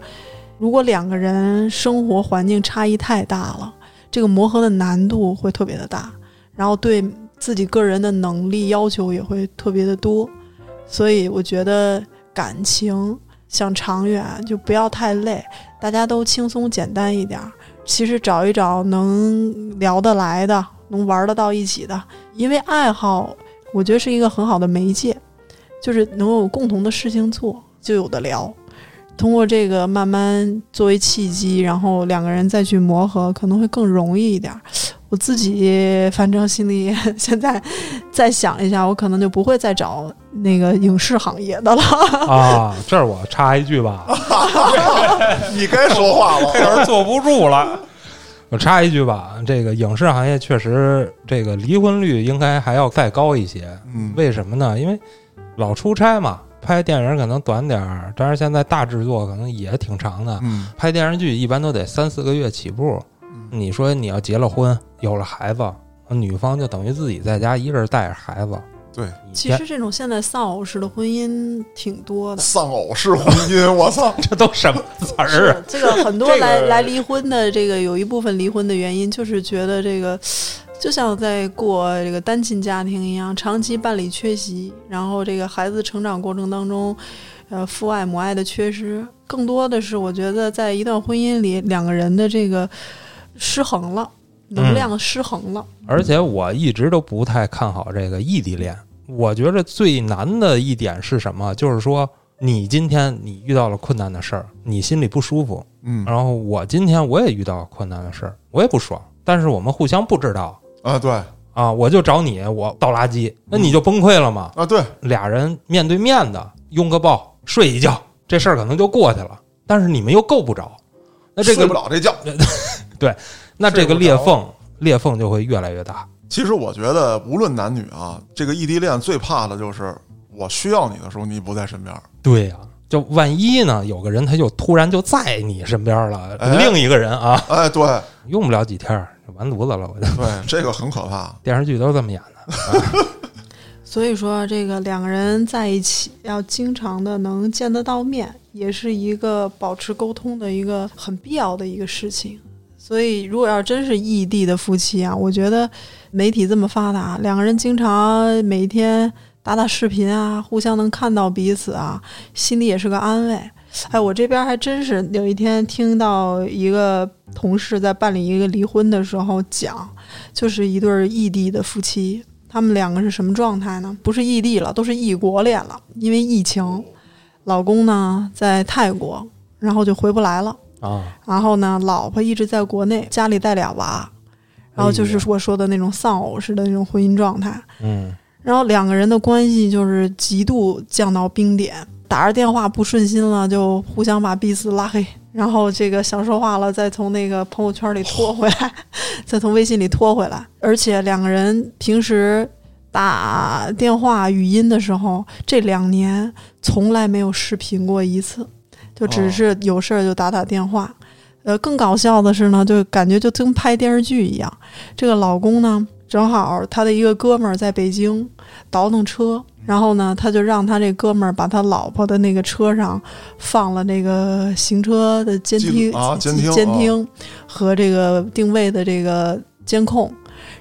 Speaker 1: 如果两个人生活环境差异太大了，这个磨合的难度会特别的大，然后对自己个人的能力要求也会特别的多，所以我觉得感情想长远就不要太累，大家都轻松简单一点儿。其实找一找能聊得来的、能玩得到一起的，因为爱好，我觉得是一个很好的媒介，就是能有共同的事情做，就有的聊。通过这个慢慢作为契机，然后两个人再去磨合，可能会更容易一点儿。我自己反正心里 现在再想一下，我可能就不会再找那个影视行业的了。
Speaker 2: 啊！这儿我插一句吧，
Speaker 4: 你该说话 了
Speaker 3: 这。人坐不住了，
Speaker 2: 我插一句吧，这个影视行业确实这个离婚率应该还要再高一些。
Speaker 4: 嗯，
Speaker 2: 为什么呢？因为老出差嘛，拍电影可能短点儿，但是现在大制作可能也挺长的。
Speaker 4: 嗯
Speaker 2: 拍电视剧一般都得三四个月起步。
Speaker 4: 嗯
Speaker 2: 你说你要结了婚，有了孩子，女方就等于自己在家一个人带着孩子。
Speaker 4: 对，
Speaker 2: 你
Speaker 1: 其
Speaker 2: 先
Speaker 1: 实这种现在丧偶式的婚姻挺多的。
Speaker 4: 丧偶式婚姻，我操，
Speaker 2: 这都什么词儿啊
Speaker 1: 是？这个很多
Speaker 3: 这个
Speaker 1: 来来离婚的，这个有一部分离婚的原因就是觉得这个，就像在过这个单亲家庭一样，长期伴侣缺席，然后这个孩子成长过程当中，呃，父爱母爱的缺失，更多的是我觉得在一段婚姻里，两个人的这个失衡了，能量失衡了。
Speaker 2: 而且我一直都不太看好这个异地恋。
Speaker 4: 嗯
Speaker 2: 我觉着最难的一点是什么？就是说，你今天你遇到了困难的事儿，你心里不舒服，
Speaker 4: 嗯
Speaker 2: 然后我今天我也遇到困难的事儿，我也不爽，但是我们互相不知道
Speaker 4: 啊，对
Speaker 2: 啊，我就找你，我倒垃圾，那你就崩溃了嘛。
Speaker 4: 啊，对，
Speaker 2: 俩人面对面的拥个抱，睡一觉，这事儿可能就过去了。但是你们又够不着，那这
Speaker 4: 睡不
Speaker 2: 个
Speaker 4: 了这觉。
Speaker 2: 那这个
Speaker 3: 睡不着
Speaker 2: 裂缝裂缝就会越来越大。
Speaker 4: 其实我觉得，无论男女啊，这个异地恋最怕的就是我需要你的时候你不在身边，
Speaker 2: 对呀、就万一呢，有个人他就突然就在你身边了，
Speaker 4: 哎
Speaker 2: 另一个人啊，
Speaker 4: 哎，对
Speaker 2: 用不了几天儿就完犊子了。我就
Speaker 4: 对，这个很可怕。
Speaker 2: 电视剧都这么演的，
Speaker 1: 所以说，这个两个人在一起要经常的能见得到面，也是一个保持沟通的一个很必要的一个事情。所以，如果要真是异地的夫妻啊，我觉得媒体这么发达，两个人经常每天打打视频啊，互相能看到彼此啊，心里也是个安慰。哎，我这边还真是有一天听到一个同事在办理一个离婚的时候讲，就是一对儿异地的夫妻，他们两个是什么状态呢？不是异地了，都是异国恋了，因为疫情，老公呢在泰国，然后就回不来了，
Speaker 2: 啊，
Speaker 1: 然后呢，老婆一直在国内，家里带俩娃，然后就是
Speaker 2: 哎
Speaker 1: 我说的那种丧偶式的那种婚姻状态。
Speaker 2: 嗯，
Speaker 1: 然后两个人的关系就是极度降到冰点，打着电话不顺心了就互相把彼此拉黑，然后这个想说话了再从那个朋友圈里拖回来， 再从微信里拖回来。而且两个人平时打电话语音的时候，这两年从来没有视频过一次，就只是有事儿就打打电话。呃，更搞笑的是呢，就感觉就跟拍电视剧一样。这个老公呢，正好他的一个哥们儿在北京倒腾车，然后呢，他就让他这哥们儿把他老婆的那个车上放了那个行车的监
Speaker 4: 记
Speaker 1: 听、
Speaker 4: 录啊监
Speaker 1: 监
Speaker 4: 听
Speaker 1: 听和这个定位的这个监控。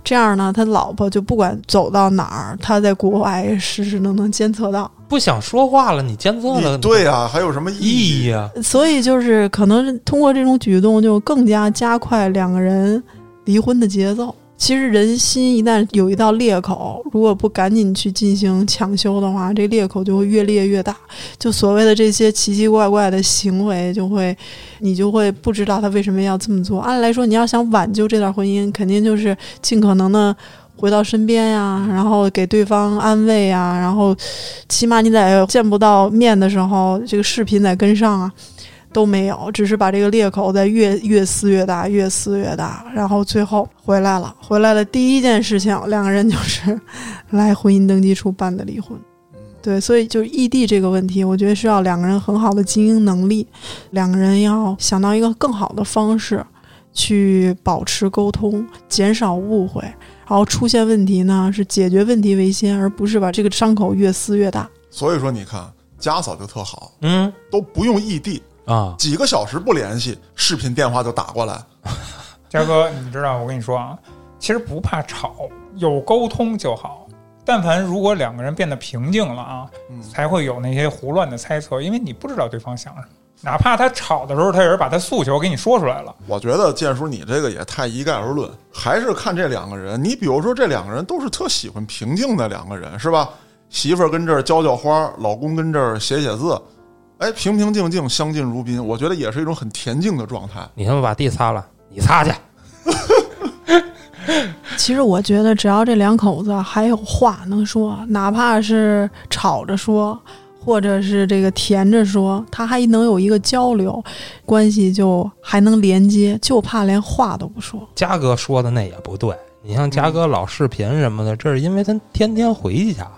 Speaker 1: 这样呢，他老婆就不管走到哪儿，他在国外也时时能能监测到。
Speaker 2: 不想说话了，你监测了，
Speaker 4: 你对呀、还有什么意义？
Speaker 2: 意义啊，
Speaker 1: 所以就是可能是通过这种举动，就更加加快两个人离婚的节奏。其实人心一旦有一道裂口，如果不赶紧去进行抢修的话，这裂口就会越裂越大。就所谓的这些奇奇怪怪的行为，就会你就会不知道他为什么要这么做。按理来说，你要想挽救这段婚姻，肯定就是尽可能的回到身边呀、然后给对方安慰啊，然后起码你在见不到面的时候，这个视频得跟上啊，都没有，只是把这个裂口在越越撕越大，越撕越大，然后最后回来了，回来了，第一件事情，两个人就是来婚姻登记处办的离婚。对，所以就是异地这个问题，我觉得需要两个人很好的经营能力，两个人要想到一个更好的方式去保持沟通，减少误会，然后出现问题呢是解决问题为先，而不是把这个伤口越撕越大。
Speaker 4: 所以说，你看家嫂就特好，
Speaker 2: 嗯
Speaker 4: 都不用异地，
Speaker 2: 啊，
Speaker 4: 几个小时不联系，视频电话就打过来。
Speaker 3: 嘉哥，你知道我跟你说啊，其实不怕吵，有沟通就好。但凡如果两个人变得平静了啊，
Speaker 4: 嗯
Speaker 3: 才会有那些胡乱的猜测，因为你不知道对方想什么。哪怕他吵的时候，他也是把他诉求给你说出来了。
Speaker 4: 我觉得建叔你这个也太一概而论，还是看这两个人。你比如说，这两个人都是特喜欢平静的两个人，是吧？媳妇儿跟这儿浇浇花，老公跟这儿写写字，哎，平平静静，相敬如宾，我觉得也是一种很恬静的状态。
Speaker 2: 你他妈把地擦了，你擦去，
Speaker 1: 其实我觉得，只要这两口子还有话能说，哪怕是吵着说，或者是这个甜着说，他还能有一个交流，关系就还能连接。就怕连话都不说。
Speaker 2: 嘉哥说的那也不对。你像嘉哥老视频什么的，这是因为他天天回家。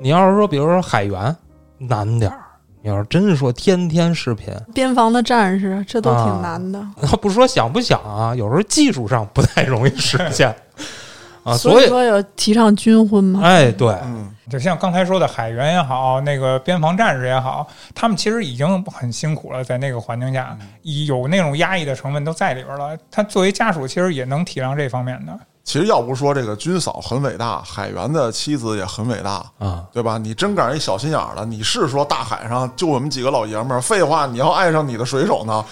Speaker 2: 你要是说，比如说海源难点儿，你要是真说天天视频，
Speaker 1: 边防的战士，这都
Speaker 2: 啊
Speaker 1: 挺难的。
Speaker 2: 那不说想不想啊，有时候技术上不太容易实现啊，
Speaker 1: 所
Speaker 2: 所以
Speaker 1: 说，有提倡军婚嘛。
Speaker 2: 哎，对，
Speaker 4: 嗯，
Speaker 3: 就像刚才说的，海员也好，那个边防战士也好，他们其实已经很辛苦了，在那个环境下，有那种压抑的成分都在里边了。他作为家属，其实也能体谅这方面的。
Speaker 4: 其实要不说这个军嫂很伟大，海员的妻子也很伟大，
Speaker 2: 啊，
Speaker 4: 对吧？你真赶上一小心眼儿了，你是说大海上就我们几个老爷们儿？废话，你要爱上你的水手呢，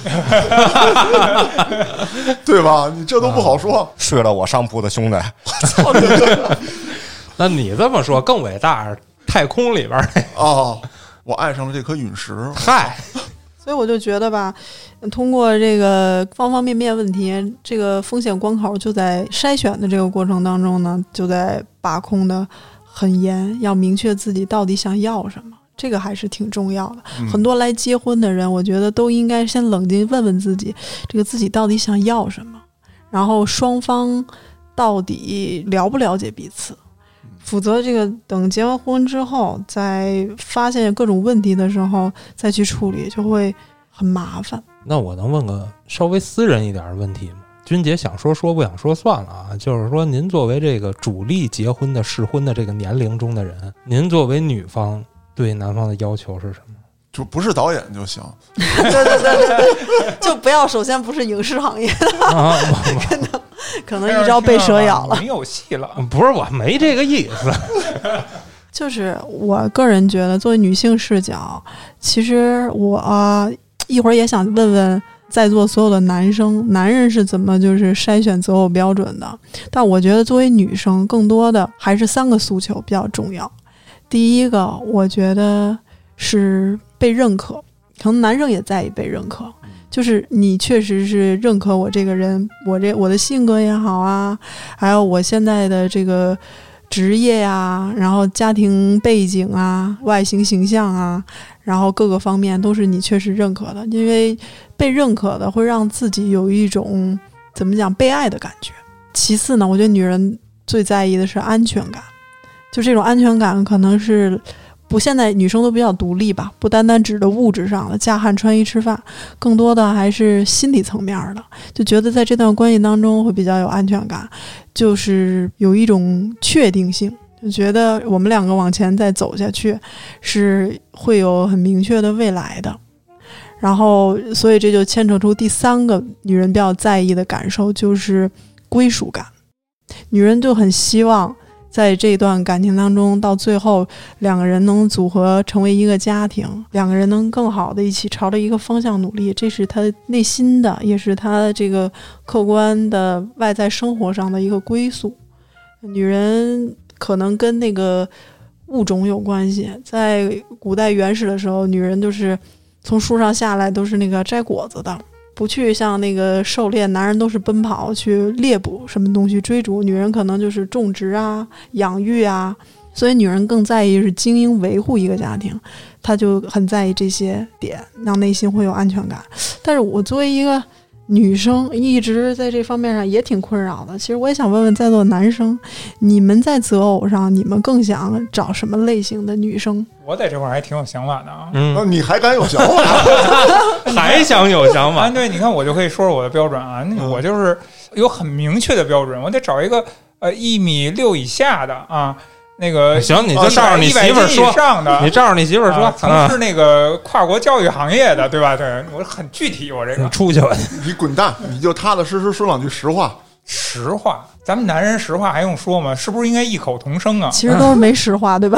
Speaker 4: 对吧？你这都不好说。
Speaker 5: 睡了我上铺的兄弟，
Speaker 2: 那你这么说更伟大，太空里边儿那。
Speaker 4: 哦，我爱上了这颗陨石
Speaker 2: 嗨，
Speaker 1: 所以我就觉得吧，通过这个方方面面问题，这个风险关口就在筛选的这个过程当中呢，就在把控的很严，要明确自己到底想要什么。这个还是挺重要的。
Speaker 4: 嗯
Speaker 1: 很多来结婚的人，我觉得都应该先冷静问问自己，这个自己到底想要什么，然后双方到底了不了解彼此，否则这个等结完婚之后，再发现各种问题的时候再去处理，就会很麻烦。
Speaker 2: 那我能问个稍微私人一点的问题吗？君姐想说说，不想说算了啊。就是说，您作为这个主力结婚的适婚的这个年龄中的人，您作为女方对男方的要求是什么？
Speaker 4: 就不是导演就行。
Speaker 1: 对对对对对，就不要首先不是影视行业，
Speaker 2: 啊，
Speaker 1: 可能一朝被
Speaker 3: 啊
Speaker 1: 蛇咬了。
Speaker 3: 没哎有戏了
Speaker 2: 我。不是，我没这个意 思。
Speaker 1: 就是我个人觉得，作为女性视角，其实我、啊一会儿也想问问在座所有的男生，男人是怎么就是筛选择偶标准的？但我觉得作为女生，更多的还是三个诉求比较重要。第一个，我觉得是被认可，可能男生也在意被认可。就是你确实是认可我这个人，我这我的性格也好啊，还有我现在的这个职业呀、然后家庭背景啊、外形形象啊，然后各个方面都是你确实认可的，因为被认可的会让自己有一种怎么讲被爱的感觉。其次呢，我觉得女人最在意的是安全感，就这种安全感可能是不现在女生都比较独立吧，不单单指的物质上的嫁汉穿衣吃饭，更多的还是心理层面儿的，就觉得在这段关系当中会比较有安全感，就是有一种确定性，就觉得我们两个往前再走下去是会有很明确的未来的。然后，所以这就牵扯出第三个女人比较在意的感受，就是归属感。女人就很希望在这段感情当中，到最后两个人能组合成为一个家庭，两个人能更好的一起朝着一个方向努力，这是她内心的，也是她这个客观的外在生活上的一个归宿。女人可能跟那个物种有关系，在古代原始的时候，女人就是从树上下来都是那个摘果子的。不去像那个狩猎，男人都是奔跑去猎捕什么东西追逐，女人可能就是种植啊、养育啊，所以女人更在意是经营维护一个家庭，她就很在意这些点，让内心会有安全感。但是我作为一个女生，一直在这方面上也挺困扰的。其实我也想问问在座的男生，你们在择偶上，你们更想找什么类型的女生？
Speaker 3: 我在这块儿还挺有想法的啊。
Speaker 4: 那
Speaker 2: 嗯，
Speaker 4: 你还敢有想法？
Speaker 2: 还想有想
Speaker 3: 啊，
Speaker 2: 法？
Speaker 3: 对，你看我就可以说说我的标准啊，那
Speaker 4: 嗯
Speaker 3: 我就是有很明确的标准，我得找一个呃一米六以下的啊，那个
Speaker 2: 哎行，你
Speaker 3: 你
Speaker 2: 就照着你媳妇儿说
Speaker 3: 以，上的，
Speaker 2: 你照着你媳妇儿
Speaker 3: 啊
Speaker 2: 说，
Speaker 3: 从事那个跨国教育行业的，对吧？对我很具体，我这
Speaker 2: 嗯你
Speaker 3: 个
Speaker 2: 出去吧。
Speaker 4: 你滚蛋！你就踏踏实实说两句实话。
Speaker 3: 实话，咱们男人实话还用说吗？是不是应该异口 同声啊？
Speaker 1: 其实都是没实话，对吧？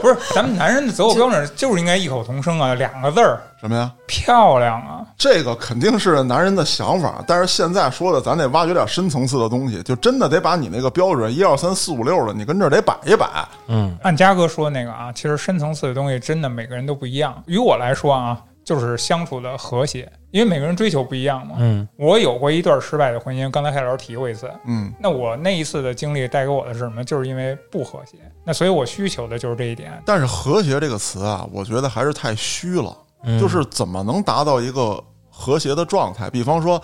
Speaker 3: 不是，咱们男人的择偶标准就是应该异口同声啊，两个字儿，
Speaker 4: 什么呀？
Speaker 3: 漂亮啊！
Speaker 4: 这个肯定是男人的想法，但是现在说的，咱得挖掘点深层次的东西，就真的得把你那个标准一二三四五六的，你跟这儿得摆一摆。
Speaker 2: 嗯，
Speaker 3: 按嘉哥说的那个啊，其实深层次的东西真的每个人都不一样。于我来说啊，就是相处的和谐，因为每个人追求不一样嘛。
Speaker 2: 嗯，
Speaker 3: 我有过一段失败的婚姻，刚才海老师提过一次。
Speaker 4: 嗯，
Speaker 3: 那我那一次的经历带给我的是什么？就是因为不和谐。那所以我需求的就是这一点。
Speaker 4: 但是和谐这个词啊，我觉得还是太虚了。
Speaker 2: 嗯
Speaker 4: 就是怎么能达到一个和谐的状态？比方说，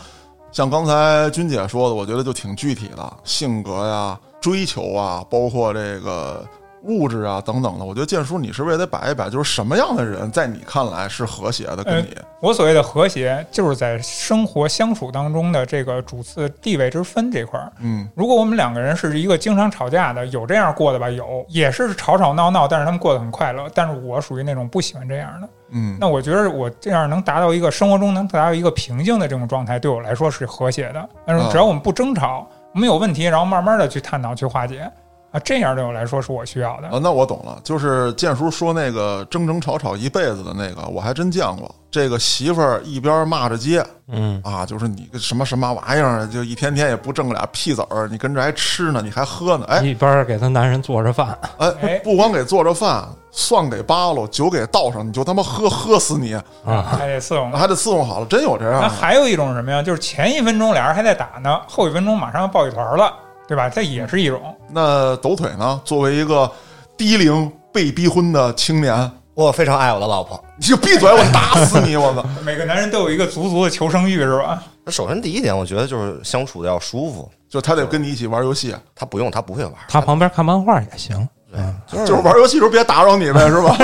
Speaker 4: 像刚才君姐说的，我觉得就挺具体的，性格呀、追求啊，包括这个物质啊等等的。我觉得建叔，你是不是也得摆一摆，就是什么样的人在你看来是和谐的？跟你、
Speaker 3: 我所谓的和谐，就是在生活相处当中的这个主次地位之分这块儿。
Speaker 4: 嗯，
Speaker 3: 如果我们两个人是一个经常吵架的，有这样过的吧？有，也是吵吵闹闹，但是他们过得很快乐。但是我属于那种不喜欢这样的。
Speaker 4: 嗯，
Speaker 3: 那我觉得我这样能达到一个生活中能达到一个平静的这种状态，对我来说是和谐的。但是
Speaker 4: 啊
Speaker 3: 只要我们不争吵，我们有问题，然后慢慢的去探讨、去化解啊，这样对我来说是我需要的。
Speaker 4: 啊，那我懂了，就是建叔说那个争争吵吵一辈子的那个，我还真见过。这个媳妇儿一边骂着街
Speaker 2: 嗯，
Speaker 4: 啊，就是你个什么什么玩意儿，啊就一天天也不挣俩屁子儿，你跟这还吃呢，你还喝呢，哎，
Speaker 2: 一边儿给她男人做着饭，
Speaker 4: 哎
Speaker 3: 哎，
Speaker 4: 不光给做着饭，蒜给扒喽，酒给倒上，你就他妈喝喝死你，
Speaker 2: 啊，
Speaker 3: 还得伺候。
Speaker 4: 还得伺候好了，真有这
Speaker 3: 那
Speaker 4: 样的。
Speaker 3: 还有一种是什么呀？就是前一分钟俩人还在打呢，后一分钟马上要抱一团了，对吧？这也是一种。
Speaker 4: 那抖腿呢？作为一个低龄被逼婚的青年，
Speaker 5: 我非常爱我的老婆。
Speaker 4: 你就闭嘴，我打死你！我操！
Speaker 3: 每个男人都有一个足足的求生欲，是吧？
Speaker 5: 那首先第一点，我觉得就是相处的要舒服，
Speaker 4: 就他得跟你一起玩游戏，
Speaker 5: 他不用，他不会玩，
Speaker 2: 他旁边看漫画也行。嗯，
Speaker 5: 就
Speaker 4: 就是玩游戏时候别打扰你呗，是吧？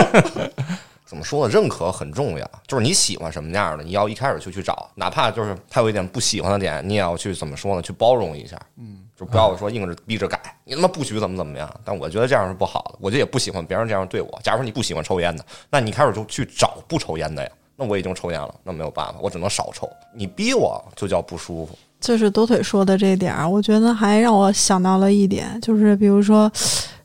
Speaker 5: 怎么说呢？认可很重要，就是你喜欢什么样的，你要一开始就去找，哪怕就是他有一点不喜欢的点，你也要去怎么说呢？去包容一下，嗯，就不要说硬着逼着改，你他妈不许怎么怎么样。但我觉得这样是不好的，我觉得也不喜欢别人这样对我。假如说你不喜欢抽烟的，那你开始就去找不抽烟的呀。那我已经抽烟了，那没有办法，我只能少抽。你逼我就叫不舒服，
Speaker 1: 就是多腿说的这点儿，我觉得还让我想到了一点，就是比如说，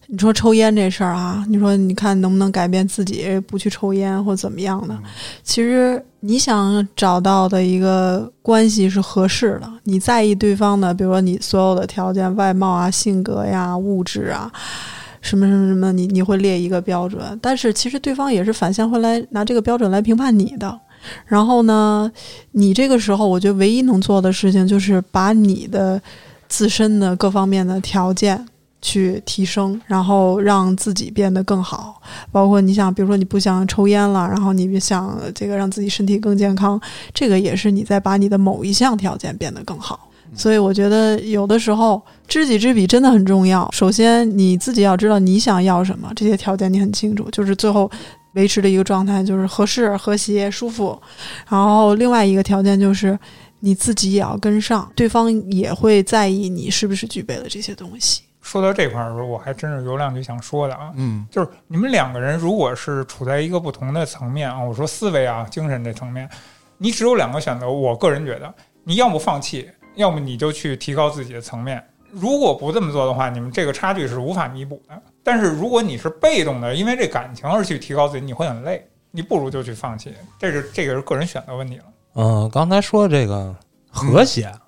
Speaker 1: 你说抽烟这事儿啊，你说你看能不能改变自己不去抽烟或怎么样的？其实你想找到的一个关系是合适的，你在意对方的，比如说你所有的条件、外貌啊、性格呀、物质啊。什么什么什么，你你会列一个标准，但是其实对方也是反向会来拿这个标准来评判你的。然后呢，你这个时候，我觉得唯一能做的事情就是把你的自身的各方面的条件去提升，然后让自己变得更好。包括你想，比如说你不想抽烟了，然后你想这个让自己身体更健康，这个也是你在把你的某一项条件变得更好。所以我觉得有的时候知己知彼真的很重要。首先你自己要知道你想要什么，这些条件你很清楚，就是最后维持的一个状态就是合适、和谐、舒服。然后另外一个条件就是你自己也要跟上，对方也会在意你是不是具备了这些东西。
Speaker 3: 说到这块儿的时候，我还真是有两句想说的啊，
Speaker 4: 嗯，
Speaker 3: 就是你们两个人如果是处在一个不同的层面啊，我说思维啊、精神这层面，你只有两个选择。我个人觉得，你要么放弃，要么你就去提高自己的层面。如果不这么做的话，你们这个差距是无法弥补的。但是如果你是被动的，因为这感情而去提高自己，你会很累。你不如就去放弃，这是这个是个人选择问题了。
Speaker 2: 嗯，刚才说这个和谐
Speaker 3: 嗯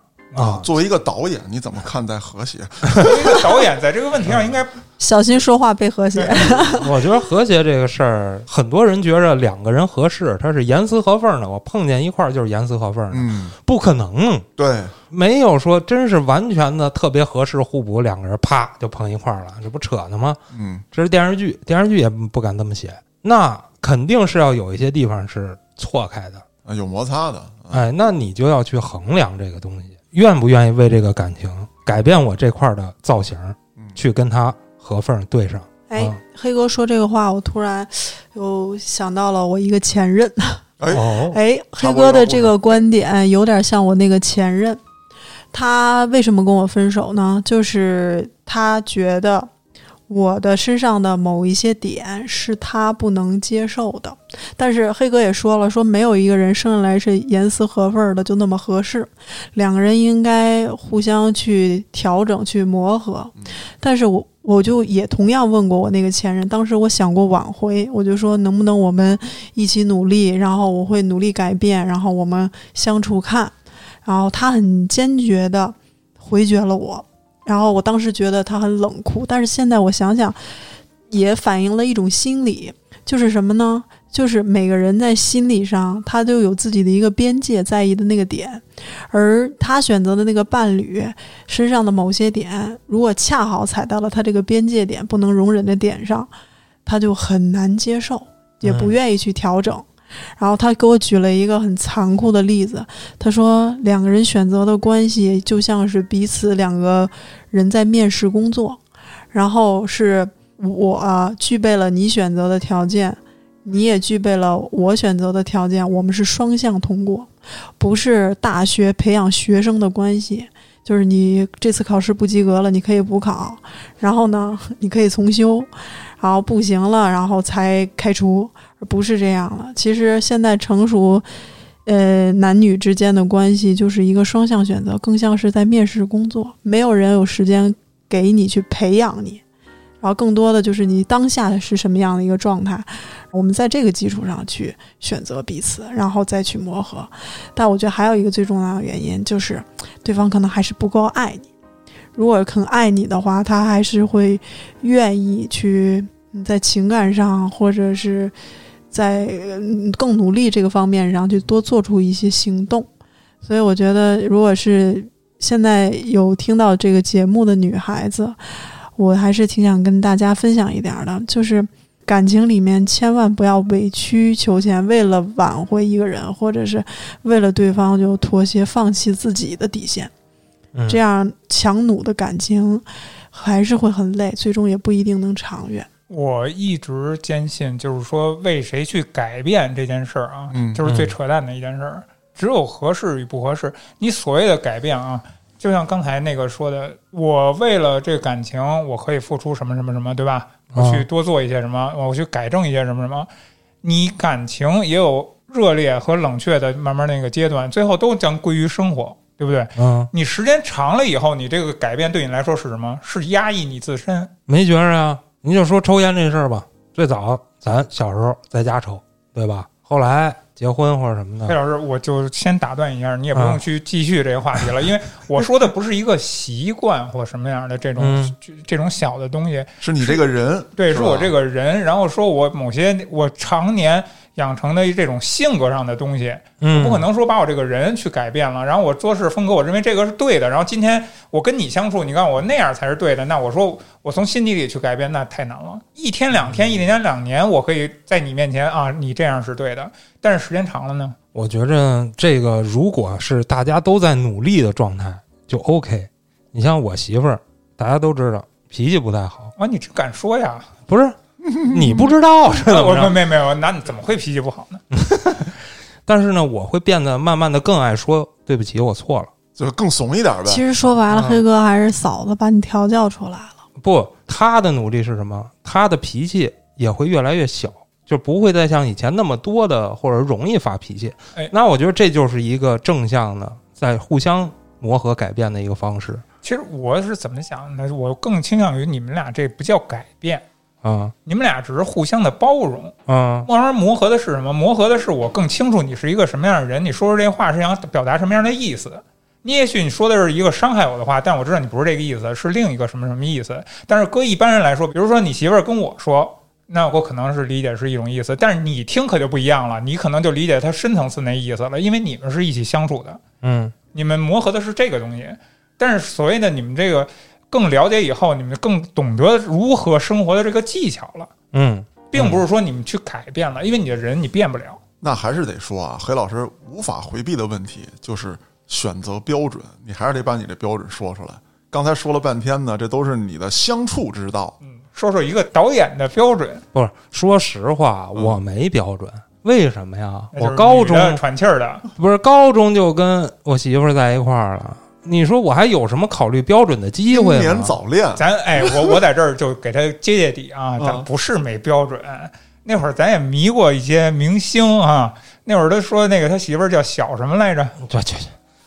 Speaker 2: 啊，
Speaker 4: 作为一个导演，你怎么看待和谐？
Speaker 3: 所以这个导演在这个问题上应该
Speaker 1: 小心说话被和谐。
Speaker 2: 我觉得和谐这个事儿，很多人觉着两个人合适，他是严丝合缝的，我碰见一块儿就是严丝合缝的，
Speaker 4: 嗯，
Speaker 2: 不可能，
Speaker 4: 对，
Speaker 2: 没有说真是完全的特别合适互补，两个人啪就碰一块儿了，这不扯呢吗？
Speaker 4: 嗯，
Speaker 2: 这是电视剧，电视剧也不敢这么写，那肯定是要有一些地方是错开的。
Speaker 4: 啊有摩擦的，啊
Speaker 2: 哎，那你就要去衡量这个东西，愿不愿意为这个感情改变我这块儿的造型，
Speaker 4: 嗯，
Speaker 2: 去跟它合缝儿对上。
Speaker 1: 哎
Speaker 2: 啊，
Speaker 1: 黑哥说这个话，我突然又想到了我一个前任。
Speaker 4: 哎
Speaker 2: 哦，
Speaker 1: 哎，黑
Speaker 4: 差不多
Speaker 1: 哥的
Speaker 4: 了
Speaker 1: 这个观点有点像我那个前任，他为什么跟我分手呢？就是他觉得我的身上的某一些点是他不能接受的。但是黑哥也说了，说没有一个人生下来是严丝合缝儿的就那么合适，两个人应该互相去调整、去磨合。
Speaker 4: 嗯
Speaker 1: 但是我我就也同样问过我那个前任，当时我想过挽回，我就说能不能我们一起努力，然后我会努力改变，然后我们相处看。然后他很坚决的回绝了我，然后我当时觉得他很冷酷，但是现在我想想，也反映了一种心理，就是什么呢？就是每个人在心理上，他都有自己的一个边界，在意的那个点，而他选择的那个伴侣身上的某些点，如果恰好踩到了他这个边界点，不能容忍的点上，他就很难接受，也不
Speaker 2: 嗯
Speaker 1: 愿意去调整。然后他给我举了一个很残酷的例子，他说两个人选择的关系就像是彼此两个人在面试工作，然后是我、啊具备了你选择的条件，你也具备了我选择的条件，我们是双向通过，不是大学培养学生的关系。就是你这次考试不及格了，你可以补考，然后呢， 你可以重修，然后不行了，然后才开除，而不是这样了。其实现在成熟，呃，男女之间的关系就是一个双向选择，更像是在面试工作，没有人有时间给你去培养你，然后更多的就是你当下是什么样的一个状态，我们在这个基础上去选择彼此，然后再去磨合。但我觉得还有一个最重要的原因就是，对方可能还是不够爱你。如果肯爱你的话，他还是会愿意去嗯在情感上，或者是在嗯更努力这个方面上去多做出一些行动。所以我觉得，如果是现在有听到这个节目的女孩子，我还是挺想跟大家分享一点儿的，就是感情里面千万不要委曲求全，为了挽回一个人，或者是为了对方就妥协放弃自己的底线。
Speaker 2: 嗯
Speaker 1: 这样强弩的感情还是会很累，最终也不一定能长远。
Speaker 3: 我一直坚信，就是说为谁去改变这件事儿啊，
Speaker 4: 嗯
Speaker 3: 就是最扯淡的一件事儿。只有合适与不合适，你所谓的改变啊，就像刚才那个说的，我为了这感情，我可以付出什么什么什么，对吧？我去多做一些什么，我去改正一些什么什么。你感情也有热烈和冷却的慢慢那个阶段，最后都将归于生活，对不对？
Speaker 2: 嗯，
Speaker 3: 你时间长了以后，你这个改变对你来说是什么？是压抑你自身。
Speaker 2: 没觉着啊。您就说抽烟这事儿吧，最早咱小时候在家抽，对吧？后来结婚或者什么
Speaker 3: 裴
Speaker 2: 的，
Speaker 3: 老师，我就先打断一下，你也不用
Speaker 2: 啊
Speaker 3: 去继续这个话题了，因为我说的不是一个习惯或什么样的这种、
Speaker 2: 嗯
Speaker 3: 这这种小的东西，
Speaker 4: 是你这个人，
Speaker 3: 对，是
Speaker 4: 是
Speaker 3: 我
Speaker 4: 吧
Speaker 3: 这个人，然后说我某些我常年养成的这种性格上的东西，
Speaker 2: 嗯，
Speaker 3: 不可能说把我这个人去改变了，然后我做事风格我认为这个是对的，然后今天我跟你相处，你告诉我那样才是对的，那我说我从心底里去改变，那太难了。一天两天，一年两年，我可以在你面前啊，你这样是对的，但是时间长了呢？
Speaker 2: 我觉着这个如果是大家都在努力的状态，就 OK。你像我媳妇儿，大家都知道脾气不太好，
Speaker 3: 啊，你真敢说呀！
Speaker 2: 不 是你不知道是
Speaker 3: 啊
Speaker 2: 怎 么
Speaker 3: 我没
Speaker 2: 着？
Speaker 3: 没没有，那你怎么会脾气不好呢？
Speaker 2: 但是呢，我会变得慢慢的更爱说对不起，我错了。
Speaker 4: 就是更怂一点呗。
Speaker 1: 其实说白了，
Speaker 2: 嗯
Speaker 1: 黑哥还是嫂子把你调教出来了。
Speaker 2: 不，他的努力是什么？他的脾气也会越来越小，就不会再像以前那么多的或者容易发脾气。
Speaker 3: 哎
Speaker 2: 那我觉得这就是一个正向的，在互相磨合改变的一个方式
Speaker 3: 其实我是怎么想的？我更倾向于你们俩这不叫改变，
Speaker 2: 啊
Speaker 3: 你们俩只是互相的包容。
Speaker 2: 啊
Speaker 3: 慢慢磨合的是什么？磨合的是我更清楚你是一个什么样的人，你说出这话是想表达什么样的意思。你也许你说的是一个伤害我的话，但我知道你不是这个意思，是另一个什么什么意思。但是搁一般人来说，比如说你媳妇儿跟我说，那我可能是理解是一种意思，但是你听可就不一样了，你可能就理解她深层次那意思了，因为你们是一起相处的。
Speaker 2: 嗯
Speaker 3: 你们磨合的是这个东西，但是所谓的你们这个更了解以后，你们更懂得如何生活的这个技巧了，
Speaker 2: 嗯，
Speaker 3: 并不是说你们去改变了，因为你的人你变不了。
Speaker 4: 那还是得说啊，黑老师无法回避的问题就是选择标准，你还是得把你这标准说出来。刚才说了半天呢，这都是你的相处之道。
Speaker 3: 嗯，说说一个导演的标准，
Speaker 2: 不是。说实话，我没标准。为什么呀？
Speaker 3: 哎那就
Speaker 2: 我
Speaker 3: 是
Speaker 2: 高
Speaker 3: 女
Speaker 2: 中
Speaker 3: 的喘气儿的，
Speaker 2: 不是高中就跟我媳妇儿在一块儿了。你说我还有什么考虑标准的机
Speaker 4: 英
Speaker 2: 会啊吗？
Speaker 4: 年早恋，
Speaker 3: 咱 哎，我我在这儿就给他揭揭底啊，
Speaker 4: 嗯
Speaker 3: 咱不是没标准。那会儿咱也迷过一些明星啊，那会儿他说那个他媳妇儿叫小什么来着？
Speaker 2: 这这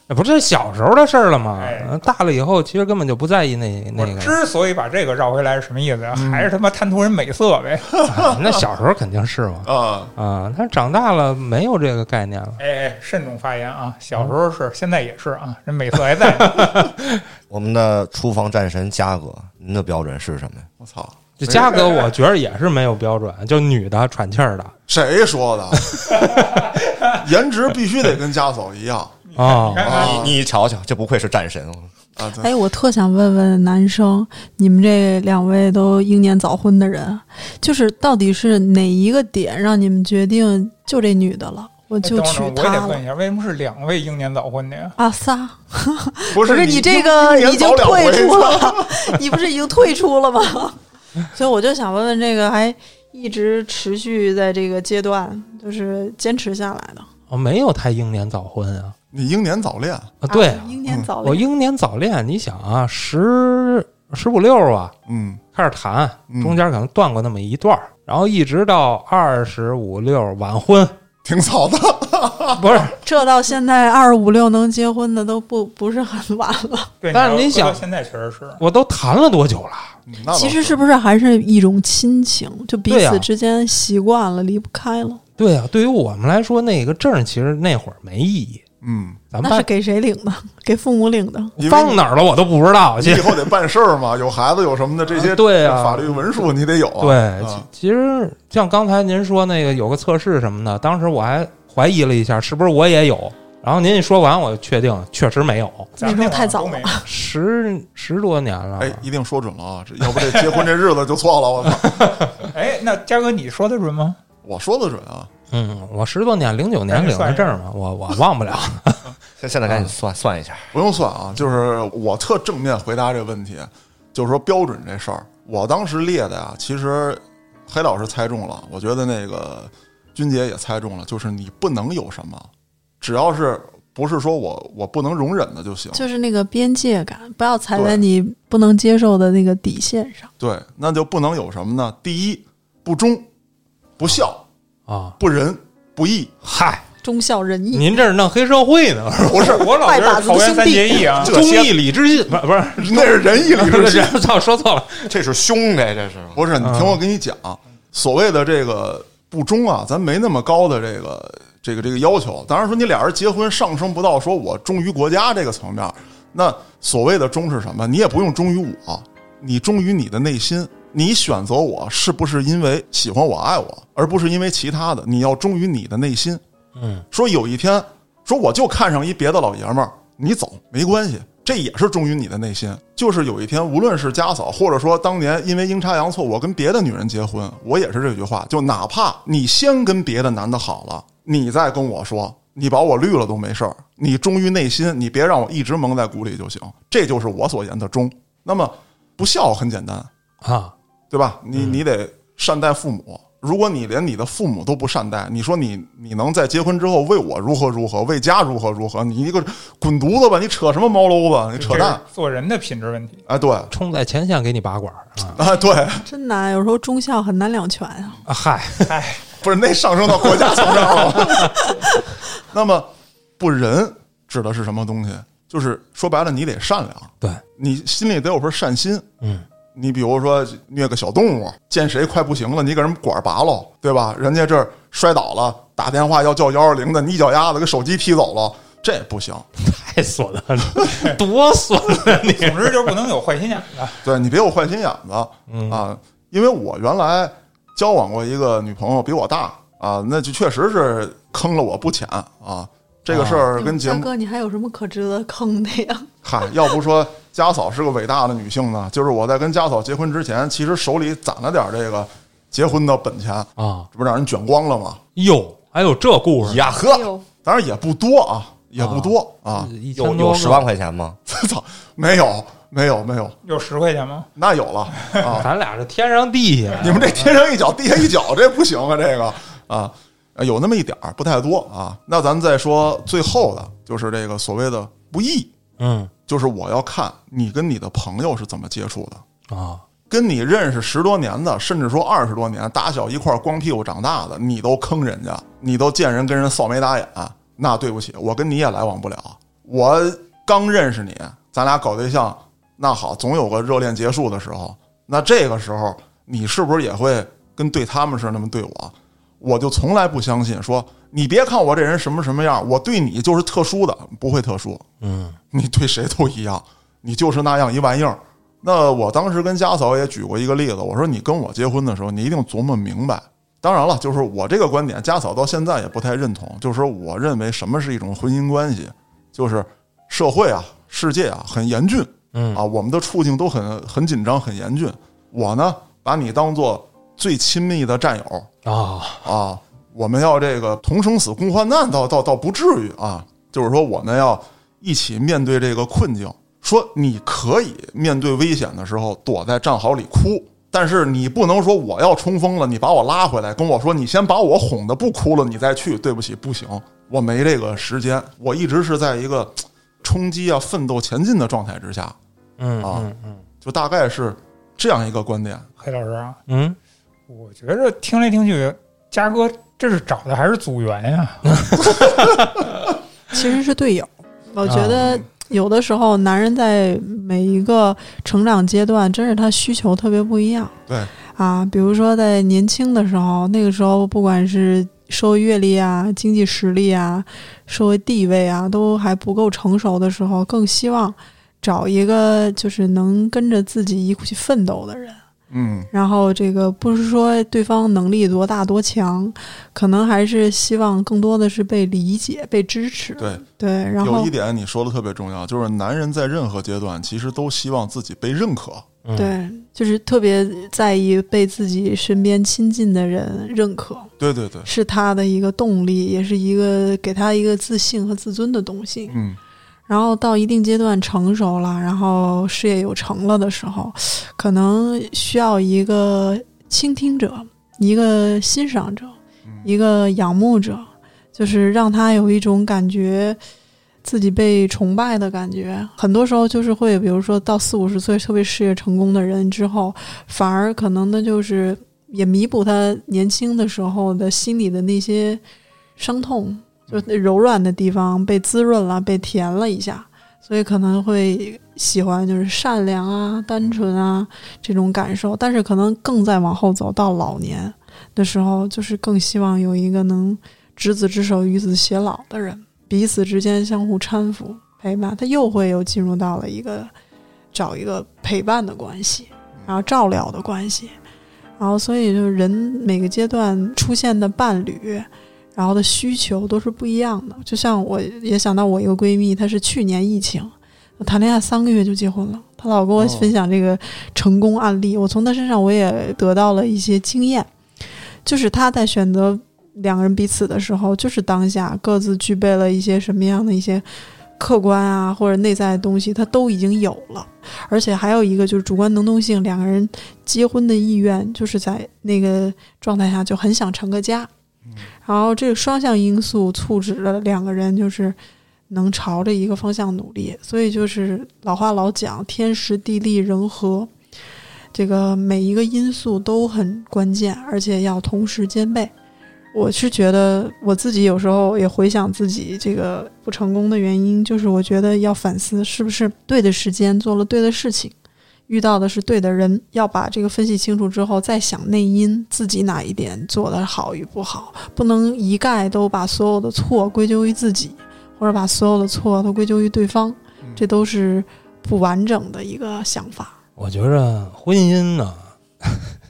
Speaker 2: 这不是小时候的事儿了吗
Speaker 3: 哎？
Speaker 2: 大了以后，其实根本就不在意那那
Speaker 3: 我
Speaker 2: 个。啊
Speaker 3: 之所以把这个绕回来是什么意思啊？还是他妈贪图人美色呗。
Speaker 2: 啊那小时候肯定是嘛
Speaker 4: 啊，
Speaker 2: 啊，但是长大了没有这个概念了。
Speaker 3: 哎哎，慎重发言啊！小时候是，现在也是啊，人美色还 在呢。
Speaker 5: 我们的厨房战神嘉哥，您的标准是什么呀？
Speaker 4: 我操，
Speaker 2: 就嘉哥，我觉得也是没有标准，就女的喘气儿的
Speaker 4: 谁说的？ 颜值必须得跟家嫂一样
Speaker 2: 啊
Speaker 3: 你，看看
Speaker 4: 啊
Speaker 5: 你你瞧瞧，这不愧是战神，
Speaker 4: 啊！
Speaker 3: 嗯
Speaker 4: 咱
Speaker 1: 哎，我特想问问男生，你们这两位都英年早婚的人，就是到底是哪一个点让你们决定就这女的了，我
Speaker 3: 哎
Speaker 1: 就
Speaker 3: 等会
Speaker 1: 娶
Speaker 3: 儿我也
Speaker 1: 她
Speaker 3: 得问
Speaker 1: 了
Speaker 3: 一下，为什么是两位英年早婚的呀？
Speaker 1: 啊？仨。
Speaker 4: 不
Speaker 1: 不是
Speaker 4: 你
Speaker 1: 你这个
Speaker 4: 英
Speaker 1: 已
Speaker 4: 年
Speaker 1: 经
Speaker 4: 早两
Speaker 1: 退
Speaker 4: 回
Speaker 1: 出了， 你不是已经退出了吗？ 所以我就想问问，这个还一直持续在这个阶段，就是坚持下来的
Speaker 2: 我哦没有太英年早婚啊。
Speaker 4: 你英年早恋，
Speaker 2: 啊，对
Speaker 1: 啊
Speaker 2: 啊，
Speaker 1: 英年早
Speaker 2: 我
Speaker 1: 恋，
Speaker 2: 英年早恋，你想啊，十十五六啊，
Speaker 4: 嗯，
Speaker 2: 开始谈
Speaker 4: 嗯，
Speaker 2: 中间可能断过那么一段儿，然后一直到二十五六晚 婚，
Speaker 4: 挺早的。
Speaker 2: 不是
Speaker 1: 这到现在二十五六能结婚的都不不是很晚了。
Speaker 3: 对，
Speaker 2: 但是
Speaker 3: 你
Speaker 2: 你
Speaker 3: 要
Speaker 2: 想
Speaker 3: 搁到现在确实是，
Speaker 2: 我都谈了多久了？
Speaker 4: 嗯那倒
Speaker 1: 其实是不是还是一种亲情，就彼
Speaker 2: 对啊
Speaker 1: 此之间习惯了，离不开了。
Speaker 2: 对呀、对于我们来说，那个证其实那会儿没意义。
Speaker 4: 嗯，
Speaker 2: 咱们
Speaker 1: 那是
Speaker 2: 办
Speaker 1: 给谁领的？给父母领的。
Speaker 4: 因为
Speaker 2: 放哪儿了我都不知道。
Speaker 4: 你
Speaker 2: 其
Speaker 4: 以
Speaker 2: 实
Speaker 4: 后得办事儿嘛，有孩子有什么的这些
Speaker 2: 啊对啊
Speaker 4: 法律文书你得有啊。
Speaker 2: 对，其
Speaker 4: 啊
Speaker 2: 其实像刚才您说那个有个测试什么的，当时我还怀疑了一下，是不是我也有。然后您一说完，我就确定确实没有，
Speaker 3: 咱们
Speaker 1: 那时候
Speaker 3: 那会儿
Speaker 1: 太早
Speaker 3: 都没有。
Speaker 2: 十十多年了。
Speaker 4: 哎，一定说准了啊，这要不这结婚这日子就错了。我操，
Speaker 3: 哎，那嘉哥，你说的准吗？
Speaker 4: 我说的准啊，
Speaker 2: 嗯，我十多年，零九
Speaker 3: 那
Speaker 2: 年
Speaker 3: 你
Speaker 2: 领
Speaker 3: 算
Speaker 2: 的
Speaker 3: 一下
Speaker 2: 证嘛，我我忘不了。
Speaker 5: 现现在赶紧算、算一下，
Speaker 4: 不用算啊，就是我特正面回答这个问题，就是说标准这事儿，我当时列的呀，其实黑老师猜中了，我觉得那个君姐也猜中了，就是你不能有什么，只要是不是说我我不能容忍的就行。
Speaker 1: 就是那个边界感，不要踩
Speaker 4: 对
Speaker 1: 在你不能接受的那个底线上。
Speaker 4: 对，那就不能有什么呢？第一，不忠、不孝、
Speaker 2: 啊！
Speaker 4: 不仁、不义，
Speaker 2: 嗨，
Speaker 1: 忠孝仁义，
Speaker 2: 您这是弄黑社会呢？
Speaker 3: 不是，我老觉
Speaker 1: 拜把
Speaker 3: 得
Speaker 1: 子的
Speaker 3: 桃园
Speaker 1: 兄
Speaker 3: 三
Speaker 1: 弟
Speaker 3: 结义 啊，
Speaker 4: 这
Speaker 2: 忠
Speaker 4: 些
Speaker 2: 义礼智信，不不是
Speaker 4: 那是 仁义礼智信。
Speaker 2: 这操，说错了。
Speaker 5: 这是兄弟，这是
Speaker 4: 不是，你听我跟你讲，
Speaker 2: 嗯
Speaker 4: 所谓的这个不忠啊，咱没那么高的这个这个这个要求。当然说你俩人结婚上升不到说我忠于国家这个层面，那所谓的忠是什么？你也不用忠于我，你忠于你的内心。你选择我是不是因为喜欢我、爱我，而不是因为其他的？你要忠于你的内心。
Speaker 2: 嗯，
Speaker 4: 说有一天，说我就看上一别的老爷们儿，你走没关系，这也是忠于你的内心。就是有一天，无论是家嫂，或者说当年因为阴差阳错我跟别的女人结婚，我也是这句话，就哪怕你先跟别的男的好了，你再跟我说。你把我绿了都没事儿，你忠于内心，你别让我一直蒙在鼓里就行，这就是我所言的忠。那么不孝很简单，
Speaker 2: 啊，
Speaker 4: 对吧？你你得善待父母。如果你连你的父母都不善待，你说你你能在结婚之后为我如何如何，为家如何如何？你一个滚犊子吧！你扯什么毛娄子？你扯淡！
Speaker 3: 这是做人的品质问题。
Speaker 4: 哎，对
Speaker 2: 冲在前线给你拔管儿啊！
Speaker 4: 啊，对，
Speaker 1: 真难，有时候忠孝很难两全啊。
Speaker 2: 啊嗨，
Speaker 3: 哎，
Speaker 4: 不是那上升到国家层面了。 那么不仁指的是什么东西？就是说白了，你得善良，
Speaker 2: 对，
Speaker 4: 你心里得有份善心。
Speaker 2: 嗯，
Speaker 4: 你比如说虐个小动物，见谁快不行了，你给人管儿拔喽，对吧？人家这儿摔倒了，打电话要叫幺二零的，你一脚丫子给手机踢走了，这也不行。
Speaker 2: 太损了，多损啊你！
Speaker 3: 总之就是不能有坏心眼子。
Speaker 4: 对你别有坏心眼子、啊！因为我原来交往过一个女朋友，比我大啊，那就确实是坑了我不浅啊。这个事儿跟节
Speaker 1: 哦大
Speaker 4: 目
Speaker 1: 哥，你还有什么可值得坑的呀？
Speaker 4: 嗨，要不说家嫂是个伟大的女性呢，就是我在跟家嫂结婚之前，其实手里攒了点这个结婚的本钱，
Speaker 2: 啊，
Speaker 4: 这不让人卷光了吗？
Speaker 2: 哟，还有这故事，
Speaker 5: 呀
Speaker 1: 哎
Speaker 5: 呵，
Speaker 1: 呦，
Speaker 4: 当然也不多啊，也不多啊，
Speaker 2: 一千
Speaker 5: 有
Speaker 2: 多
Speaker 5: 有
Speaker 2: 个
Speaker 5: 十万，块钱吗？
Speaker 4: 操、没有没有没有，
Speaker 3: 有十块钱吗？
Speaker 4: 那有了啊！
Speaker 2: 咱俩是天上地下
Speaker 4: 你们这天上一脚地下一脚，这不行啊，这个啊，呃有那么一点儿，不太多啊。那咱再说最后的，就是这个所谓的不义，
Speaker 2: 嗯
Speaker 4: 就是我要看你跟你的朋友是怎么接触的。
Speaker 2: 啊，
Speaker 4: 跟你认识十多年的，甚至说二十多年，打小一块儿光屁股长大的，你都坑人家，你都见人跟人扫眉打眼，那对不起，我跟你也来往不了。我刚认识你，咱俩搞对象，那好，总有个热恋结束的时候，那这个时候你是不是也会跟对他们似的那么对我？我就从来不相信说，你别看我这人什么什么样，我对你就是特殊的，不会特殊，
Speaker 2: 嗯
Speaker 4: 你对谁都一样，你就是那样一玩意儿。那我当时跟家嫂也举过一个例子，我说你跟我结婚的时候，你一定琢磨明白。当然了，就是我这个观点，家嫂到现在也不太认同。就是说，我认为什么是一种婚姻关系，就是社会啊、世界啊很严峻
Speaker 2: 嗯
Speaker 4: 啊，我们的处境都很很紧张、很严峻。我呢，把你当做最亲密的战友，
Speaker 2: 啊，
Speaker 4: 啊，我们要这个同生死共患难，倒倒倒不至于啊。就是说，我们要一起面对这个困境。说你可以面对危险的时候躲在战壕里哭，但是你不能说我要冲锋了，你把我拉回来，跟我说你先把我哄得不哭了，你再去。对不起，不行，我没这个时间。我一直是在一个嘖冲击啊、奋斗、前进的状态之下，
Speaker 2: 嗯
Speaker 4: 啊
Speaker 2: 嗯嗯
Speaker 4: 就大概是这样一个观点。
Speaker 3: 黑老师啊，
Speaker 2: 嗯，
Speaker 3: 我觉着听来听去，嘉哥这是找的还是组员呀？
Speaker 1: 其实是队 友。我觉
Speaker 2: 啊
Speaker 1: 得有的时候，男人在每一个成长阶段，真是他需求特别不一样。
Speaker 4: 对
Speaker 1: 啊，比如说在年轻的时候，那个时候不管是社会阅历啊、经济实力啊、社会地位啊，都还不够成熟的时候，更希望找一个就是能跟着自己一块去奋斗的人。
Speaker 4: 嗯，
Speaker 1: 然后这个不是说对方能力多大多强，可能还是希望更多的是被理解、被支持。
Speaker 4: 对。
Speaker 1: 对，然
Speaker 4: 有
Speaker 1: 后
Speaker 4: 一点你说的特别重要，就是男人在任何阶段其实都希望自己被认可。
Speaker 2: 嗯，
Speaker 1: 对，就是特别在意被自己身边亲近的人认可，
Speaker 4: 对对对，
Speaker 1: 是他的一个动力，也是一个给他一个自信和自尊的东西。
Speaker 4: 嗯，
Speaker 1: 然后到一定阶段成熟了，然后事业有成了的时候，可能需要一个倾听者，一个欣赏者，
Speaker 4: 嗯
Speaker 1: 一个仰慕者，就是让他有一种感觉自己被崇拜的感觉。很多时候就是会，比如说到四五十岁，特别事业成功的人之后，反而可能呢就是也弥补他年轻的时候的心里的那些伤痛，就那柔软的地方被滋润了，被甜了一下。所以可能会喜欢就是善良啊、单纯啊这种感受，但是可能更再往后走到老年，的时候，就是更希望有一个能执子之手与子偕老的人，彼此之间相互搀扶陪伴，他又会又进入到了一个找一个陪伴的关系，然后照料的关系，然后所以就是人每个阶段出现的伴侣。然后的需求都是不一样的，就像我也想到我一个闺蜜，她是去年疫情谈恋爱三个月就结婚了，她老跟我分享这个成功案例，我从她身上我也得到了一些经验。就是他在选择两个人彼此的时候，就是当下各自具备了一些什么样的一些客观啊或者内在的东西，他都已经有了。而且还有一个就是主观能动性，两个人结婚的意愿就是在那个状态下就很想成个家。然后这个双向因素促使了两个人就是能朝着一个方向努力，所以就是老话老讲天时地利人和，这个每一个因素都很关键，而且要同时兼备。我是觉得我自己有时候也回想自己这个不成功的原因，就是我觉得要反思是不是对的时间做了对的事情，遇到的是对的人，要把这个分析清楚之后再想内因，自己哪一点做得好与不好，不能一概都把所有的错归咎于自己，或者把所有的错都归咎于对方，
Speaker 4: 嗯
Speaker 1: 这都是不完整的一个想法。
Speaker 2: 我觉着婚姻呢，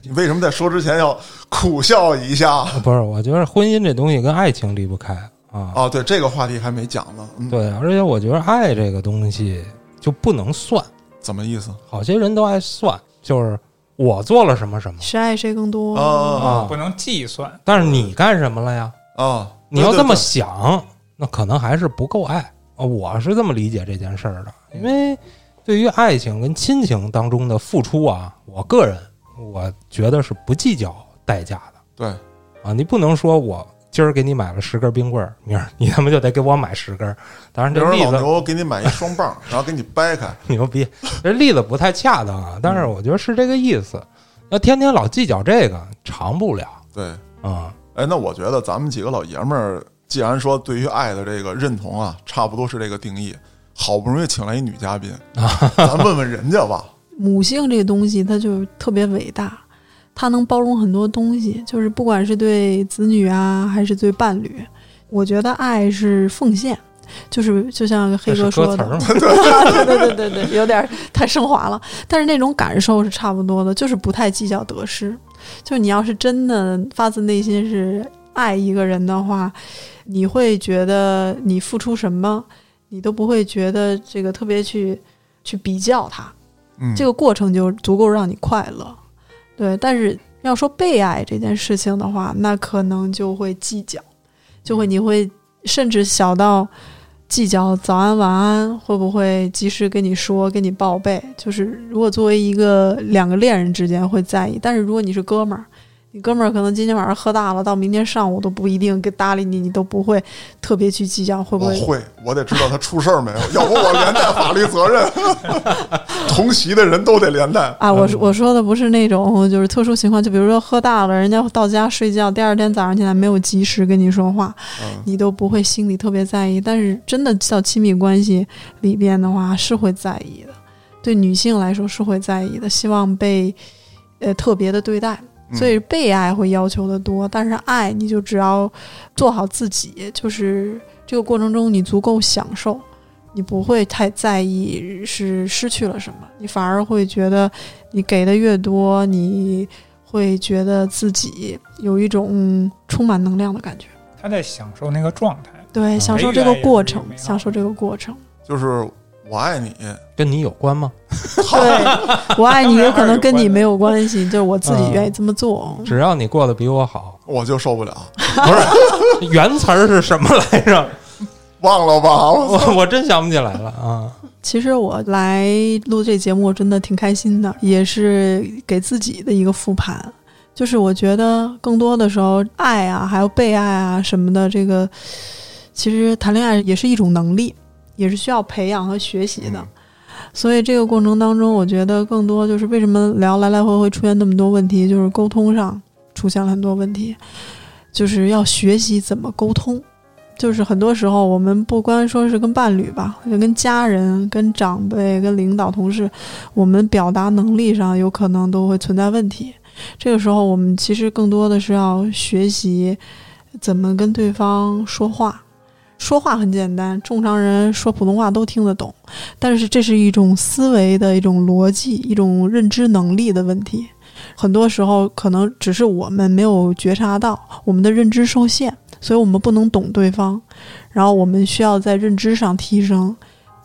Speaker 4: 你为什么在说之前要苦笑一下
Speaker 2: 不是，我觉得婚姻这东西跟爱情离不开啊。
Speaker 5: 哦
Speaker 4: 啊？对，这个话题还没讲呢，嗯，
Speaker 2: 对，而且我觉得爱这个东西就不能算，
Speaker 4: 怎么意思？
Speaker 2: 好些人都爱算，就是我做了什么什么，
Speaker 1: 谁爱谁更多？
Speaker 4: 啊
Speaker 2: 啊
Speaker 3: 不能计算。
Speaker 2: 但是你干什么了呀？
Speaker 4: 啊，
Speaker 2: 你要这么
Speaker 4: 对对
Speaker 2: 想，那可能还是不够爱。啊我是这么理解这件事儿的，因为对于爱情跟亲情当中的付出啊，我个人我觉得是不计较代价的
Speaker 4: 对对
Speaker 2: 啊。你不能说我今儿给你买了十根冰棍儿，明儿你他妈就得给我买十根儿。当然
Speaker 4: 比
Speaker 2: 这
Speaker 4: 如
Speaker 2: 例
Speaker 4: 说老
Speaker 2: 子
Speaker 4: 牛给你买一双棒，然后给你掰开，
Speaker 2: 牛逼，这例子不太恰当啊，但
Speaker 4: 嗯
Speaker 2: 是我觉得是这个意思。要天天老计较这个，长不了
Speaker 4: 对，
Speaker 2: 啊、
Speaker 4: 哎，那我觉得咱们几个老爷们儿，既然说对于爱的这个认同啊，差不多是这个定义，好不容易请来一女嘉 宾，咱问问人家吧。
Speaker 1: 母性这个东西，它就特别伟大，它能包容很多东西，就是不管是对子女啊，还是对伴侣，我觉得爱是奉献，就是就像黑
Speaker 2: 这
Speaker 1: 哥
Speaker 2: 是
Speaker 1: 说
Speaker 2: 歌词
Speaker 1: 的
Speaker 2: 儿，嘛，
Speaker 1: 对对对对对，有点儿太升华了，但是那种感受是差不多的，就是不太计较得失，就是你要是真的发自内心是爱一个人的话，你会觉得你付出什么，你都不会觉得这个特别去去比较它。
Speaker 4: 嗯，
Speaker 1: 这个过程就足够让你快乐。对，但是要说被爱这件事情的话，那可能就会计较，就会你会甚至小到计较早安晚安会不会及时跟你说、跟你报备。就是如果作为一个两个恋人之间会在意，但是如果你是哥们儿。你哥们儿可能今天晚上喝大了，到明天上午都不一定跟搭理你，你都不会特别去计较会不
Speaker 4: 我
Speaker 1: 会
Speaker 4: 哦会，我得知道他出事儿没有， 要不我连带法律责任， 同席的人都得连带。
Speaker 1: 啊，我说我说的不是那种就是特殊情况，就比如说喝大了，人家到家睡觉，第二天早上起来没有及时跟你说话，
Speaker 4: 嗯，
Speaker 1: 你都不会心里特别在意。但是真的到亲密关系里边的话，是会在意的。对女性来说是会在意的，希望被呃特别的对待，
Speaker 4: 嗯
Speaker 1: 所以被爱会要求的多。但是爱，你就只要做好自己，就是这个过程中你足够享受，你不会太在意是失去了什么，你反而会觉得你给的越多，你会觉得自己有一种嗯充满能量的感觉。
Speaker 3: 他在享受那个状态，
Speaker 1: 啊 对，享受这个过程，享受这个过程。
Speaker 4: 就是我爱你，
Speaker 2: 跟你有关吗？
Speaker 1: 对，我爱你有可能跟你没有关嗯系，就是我自己愿意这么做。
Speaker 2: 只要你过得比我好，
Speaker 4: 我就受不了，
Speaker 2: 不是原词儿是什么来着？
Speaker 4: 忘了吧？ 我
Speaker 2: 我我真想不起来了啊！
Speaker 1: 其实我来录这节目真的挺开心的，也是给自己的一个复盘。就是我觉得更多的时候，爱啊，还有被爱啊什么的，这个其实谈恋爱也是一种能力，也是需要培养和学习的。所以这个过程当中，我觉得更多就是为什么聊来来回回出现那么多问题，就是沟通上出现了很多问题，就是要学习怎么沟通。就是很多时候，我们不光说是跟伴侣吧，就跟家人、跟长辈、跟领导、同事，我们表达能力上有可能都会存在问题。这个时候，我们其实更多的是要学习怎么跟对方说话。说话很简单，正常人说普通话都听得懂，但是这是一种思维的一种逻辑、一种认知能力的问题。很多时候，可能只是我们没有觉察到，我们的认知受限，所以我们不能懂对方。然后，我们需要在认知上提升。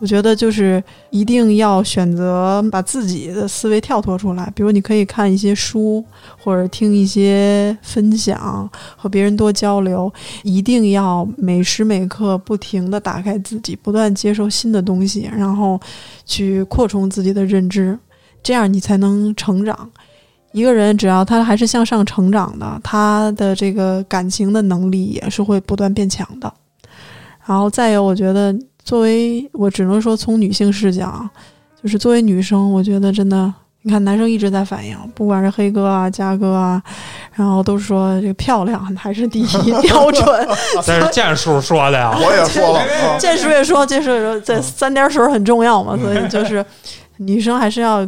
Speaker 1: 我觉得就是一定要选择把自己的思维跳脱出来，比如你可以看一些书，或者听一些分享，和别人多交流。一定要每时每刻不停地打开自己，不断接受新的东西，然后去扩充自己的认知，这样你才能成长。一个人只要他还是向上成长的，他的这个感情的能力也是会不断变强的。然后再有，我觉得作为我只能说从女性视角啊，就是作为女生，我觉得真的，你看男生一直在反映，不管是黑哥啊、嘉哥啊，然后都说这个漂亮还是第一 标准。
Speaker 2: 这是剑叔说的呀。
Speaker 4: 我也说了， 啊
Speaker 1: 建叔也说，建叔也说，这三点水很重要嘛，所以就是女生还是要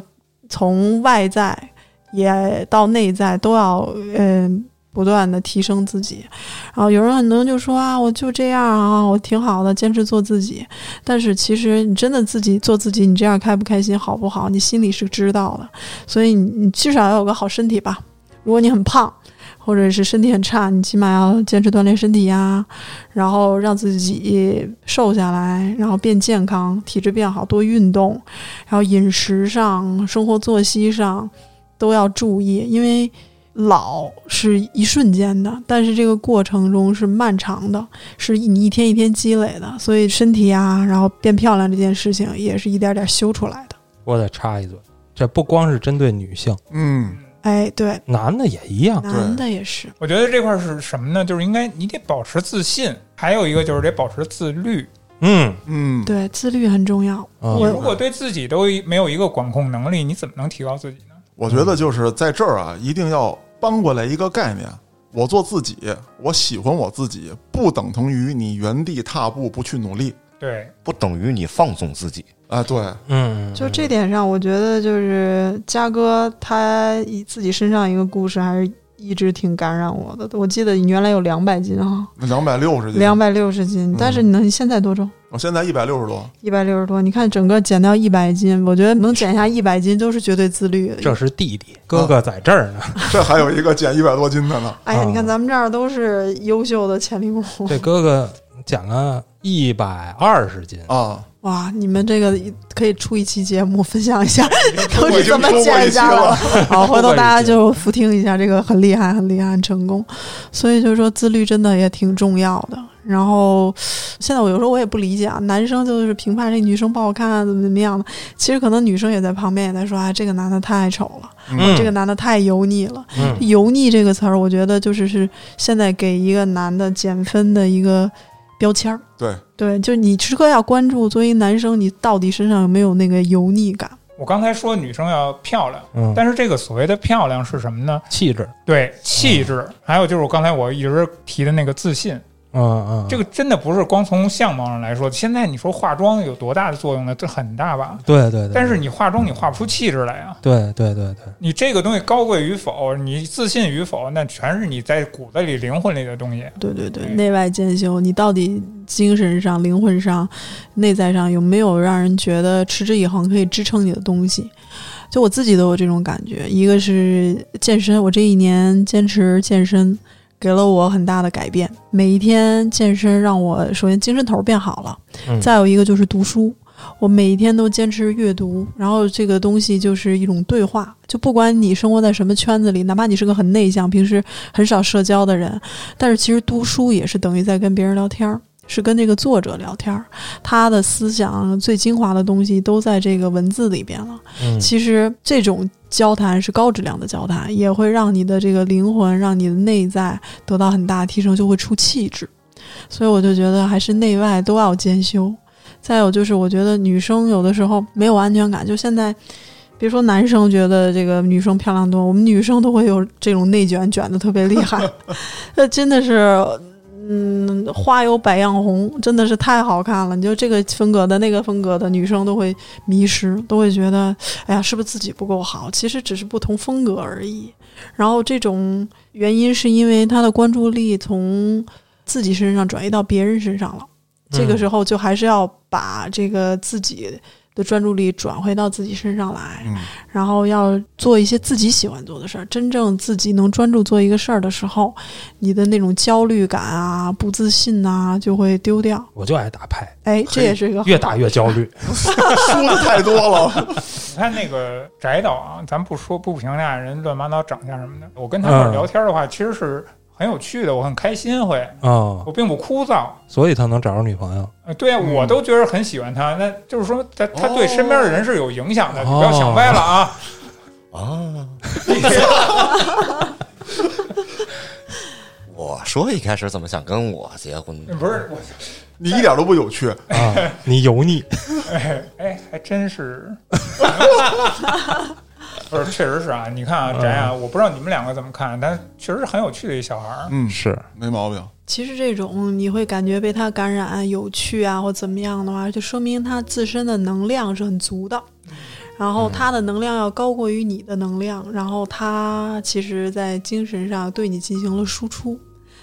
Speaker 1: 从外在也到内在都要嗯。不断的提升自己，然后有人可能就说啊，我就这样啊，我挺好的，坚持做自己。但是其实你真的自己做自己，你这样开不开心，好不好，你心里是知道的。所以你你至少要有个好身体吧。如果你很胖，或者是身体很差，你起码要坚持锻炼身体呀、然后让自己瘦下来，然后变健康，体质变好，多运动，然后饮食上、生活作息上都要注意，因为老是一瞬间的，但是这个过程中是漫长的，是你一天一天积累的，所以身体啊，然后变漂亮这件事情也是一点点修出来的。
Speaker 2: 我得插一嘴，这不光是针对女性，
Speaker 4: 嗯，
Speaker 1: 哎，对，
Speaker 2: 男的也一样。
Speaker 1: 男的也是，
Speaker 3: 我觉得这块是什么呢？就是应该你得保持自信，还有一个就是得保持自律。
Speaker 2: 嗯，
Speaker 4: 嗯，
Speaker 1: 对，自律很重要。
Speaker 2: 嗯
Speaker 3: 你
Speaker 1: 我
Speaker 3: 如果对自己都没有一个管控能力，你怎么能提高自己呢？
Speaker 4: 我觉得就是在这儿啊，一定要搬过来一个概念：我做自己，我喜欢我自己，不等同于你原地踏步不去努力。
Speaker 3: 对，
Speaker 5: 不等于你放纵自 己。
Speaker 4: 哎，对，
Speaker 2: 嗯，
Speaker 1: 就这点上，我觉得就是嘉哥他以自己身上一个故事，还是一直挺感染我的。我记得你原来有两百斤啊，
Speaker 4: 两百六十斤，
Speaker 1: 两百六十斤，但
Speaker 2: 嗯
Speaker 1: 是你能现在多重？
Speaker 4: 我现在一百六十多，
Speaker 1: 一百六十多，你看整个减掉一百斤，我觉得能减下一百斤都是绝对自律的。
Speaker 2: 这是弟弟，哥哥在这儿呢。
Speaker 4: 这还有一个减一百多斤的呢。
Speaker 1: 哎呀，你看
Speaker 2: 啊
Speaker 1: 咱们这儿都是优秀的潜力股，
Speaker 2: 这哥哥减了一百二十斤，
Speaker 4: 啊，
Speaker 1: 哇！你们这个可以出一期节目分享一 下，都
Speaker 4: 我
Speaker 1: 是
Speaker 4: 已经
Speaker 1: 怎么
Speaker 4: 说过
Speaker 1: 减
Speaker 4: 一期
Speaker 1: 下来的
Speaker 4: 了。。
Speaker 1: 好，回头大家就复听一下，这个很厉害，很厉害，很成功。所以就是说，自律真的也挺重要的。然后，现在我有时候我也不理解啊，男生就是评判这女生不好看啊，怎么怎么样的。其实可能女生也在旁边也在说，哎，这个男的太丑了，
Speaker 2: 嗯，
Speaker 1: 这个男的太油腻了。
Speaker 2: 嗯
Speaker 1: 油腻这个词儿，我觉得就是是现在给一个男的减分的一个标签儿。
Speaker 4: 对，
Speaker 1: 对，就是你时刻要关注，作为男生，你到底身上有没有那个油腻感？
Speaker 3: 我刚才说女生要漂亮，
Speaker 2: 嗯，
Speaker 3: 但是这个所谓的漂亮是什么呢？
Speaker 2: 气质，
Speaker 3: 对，气质，还有就是我刚才我一直提的那个自信，
Speaker 2: 嗯嗯，
Speaker 3: 这个真的不是光从相貌上来说。现在你说化妆有多大的作用呢？这很大吧。
Speaker 2: 对对对，
Speaker 3: 但是你化妆，你化不出气质来啊！
Speaker 2: 对对对对，
Speaker 3: 你这个东西高贵与否，你自信与否，那全是你在骨子里、灵魂里的东西。
Speaker 1: 对对对，
Speaker 3: 嗯
Speaker 1: 内外兼修，你到底精神上、灵魂上、内在上有没有让人觉得持之以恒可以支撑你的东西？就我自己都有这种感觉。一个是健身，我这一年坚持健身，给了我很大的改变。每一天健身让我首先精神头儿变好了，
Speaker 2: 嗯
Speaker 1: 再有一个就是读书。我每一天都坚持阅读，然后这个东西就是一种对话，就不管你生活在什么圈子里，哪怕你是个很内向、平时很少社交的人，但是其实读书也是等于在跟别人聊天儿。是跟这个作者聊天儿，他的思想最精华的东西都在这个文字里边了。
Speaker 2: 嗯，
Speaker 1: 其实这种交谈是高质量的交谈，也会让你的这个灵魂，让你的内在得到很大的提升，就会出气质。所以我就觉得还是内外都要兼修。再有就是，我觉得女生有的时候没有安全感，就现在。别说男生觉得这个女生漂亮多，我们女生都会有这种内卷，卷的特别厉害。那真的是，嗯，花有百样红，真的是太好看了。你就这个风格的、那个风格的，女生都会迷失，都会觉得哎呀，是不是自己不够好？其实只是不同风格而已。然后这种原因是因为他的关注力从自己身上转移到别人身上了，这个时候就还是要把这个自己的专注力转回到自己身上来，
Speaker 4: 嗯
Speaker 1: 然后要做一些自己喜欢做的事儿。真正自己能专注做一个事儿的时候，你的那种焦虑感啊、不自信呐、就会丢掉。
Speaker 2: 我就爱打牌，
Speaker 1: 哎，这也是一个
Speaker 2: 越打越焦虑。
Speaker 4: 输的太多了。
Speaker 3: 你看那个翟导啊，咱不说不评价人乱八糟长相什么的，我跟他们
Speaker 4: 嗯
Speaker 3: 聊天的话，其实是很有趣的，我很开心会，
Speaker 2: 嗯，
Speaker 3: 我并不枯燥。
Speaker 2: 所以他能找着女朋友。
Speaker 3: 呃，对啊，
Speaker 4: 嗯
Speaker 3: 我都觉得很喜欢他，那就是说他他
Speaker 4: 哦
Speaker 3: 对身边的人是有影响的，
Speaker 2: 哦
Speaker 3: 你不要想歪了 啊。
Speaker 5: 啊！我说一开始怎么想跟我结婚的？
Speaker 3: 不是，我
Speaker 4: 你一点都不有趣，
Speaker 2: 啊，你油腻，
Speaker 3: 哎哎，还真是， 不是，确实是啊。你看啊，翟
Speaker 4: 嗯
Speaker 3: 啊，我不知道你们两个怎么看，但确实是很有趣的一小孩儿。
Speaker 4: 嗯，
Speaker 2: 是
Speaker 4: 没毛病。
Speaker 1: 其实这种你会感觉被他感染、有趣啊，或怎么样的话，就说明他自身的能量是很足的。然后他的能量要高过于你的能量，然后他其实在精神上对你进行了输出，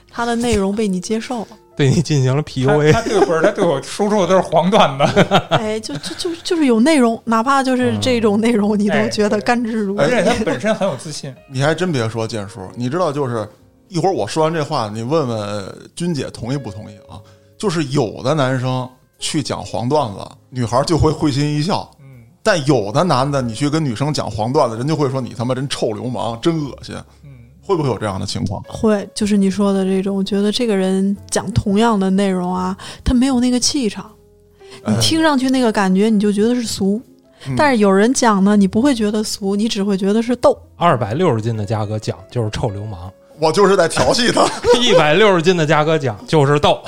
Speaker 1: 他的内容被你接受了。
Speaker 2: 对你进行了
Speaker 3: 他
Speaker 2: PUA
Speaker 4: 哎
Speaker 3: 他对不是他对我输出的都是黄段 子，
Speaker 1: 哎，就就就就是有内容，哪怕就是这种内容，你都觉得甘之如饴。
Speaker 3: 而且他本身很有自信。
Speaker 4: 你还真别说，建叔，你知道就是一会儿我说完这话，你问问君姐同意不同意啊？就是有的男生去讲黄段子，女孩就会会心一笑；
Speaker 3: 嗯
Speaker 4: 但有的男的，你去跟女生讲黄段子，人就会说你他妈真臭流氓，真恶心。
Speaker 3: 嗯，
Speaker 4: 会不会有这样的情况？
Speaker 1: 会，就是你说的这种，我觉得这个人讲同样的内容啊，他没有那个气场，你
Speaker 4: 嗯
Speaker 1: 听上去那个感觉，你就觉得是俗。
Speaker 4: 嗯
Speaker 1: 但是有人讲呢，你不会觉得俗，你只会觉得是逗。
Speaker 2: 二百六十斤的嘉哥讲就是臭流氓，
Speaker 4: 我就是在调戏他。
Speaker 2: 一百六十斤的嘉哥讲就是逗。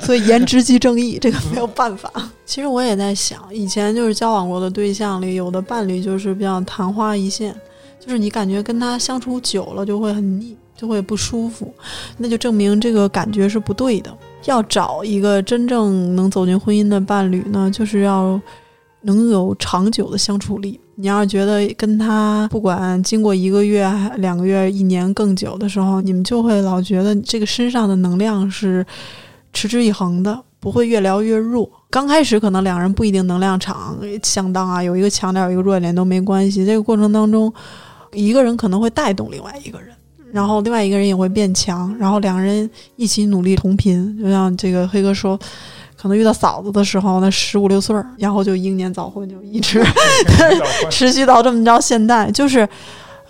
Speaker 1: 所以颜值即正义，这个没有办法。其实我也在想，以前就是交往过的对象里，有的伴侣就是比较昙花一现，就是你感觉跟他相处久了就会很腻，就会不舒服，那就证明这个感觉是不对的。要找一个真正能走进婚姻的伴侣呢，就是要能有长久的相处力。你要是觉得跟他不管经过一个月、两个月、一年更久的时候，你们就会老觉得这个身上的能量是持之以恒的，不会越聊越弱。刚开始可能两人不一定能量场相当啊，有一个强点儿，有一个弱点都没关系。这个过程当中，一个人可能会带动另外一个人，然后另外一个人也会变强，然后两人一起努力同频。就像这个黑哥说。可能遇到嫂子的时候呢，十五六岁儿，然后就英年早婚，就一直 持续到这么着，现在就是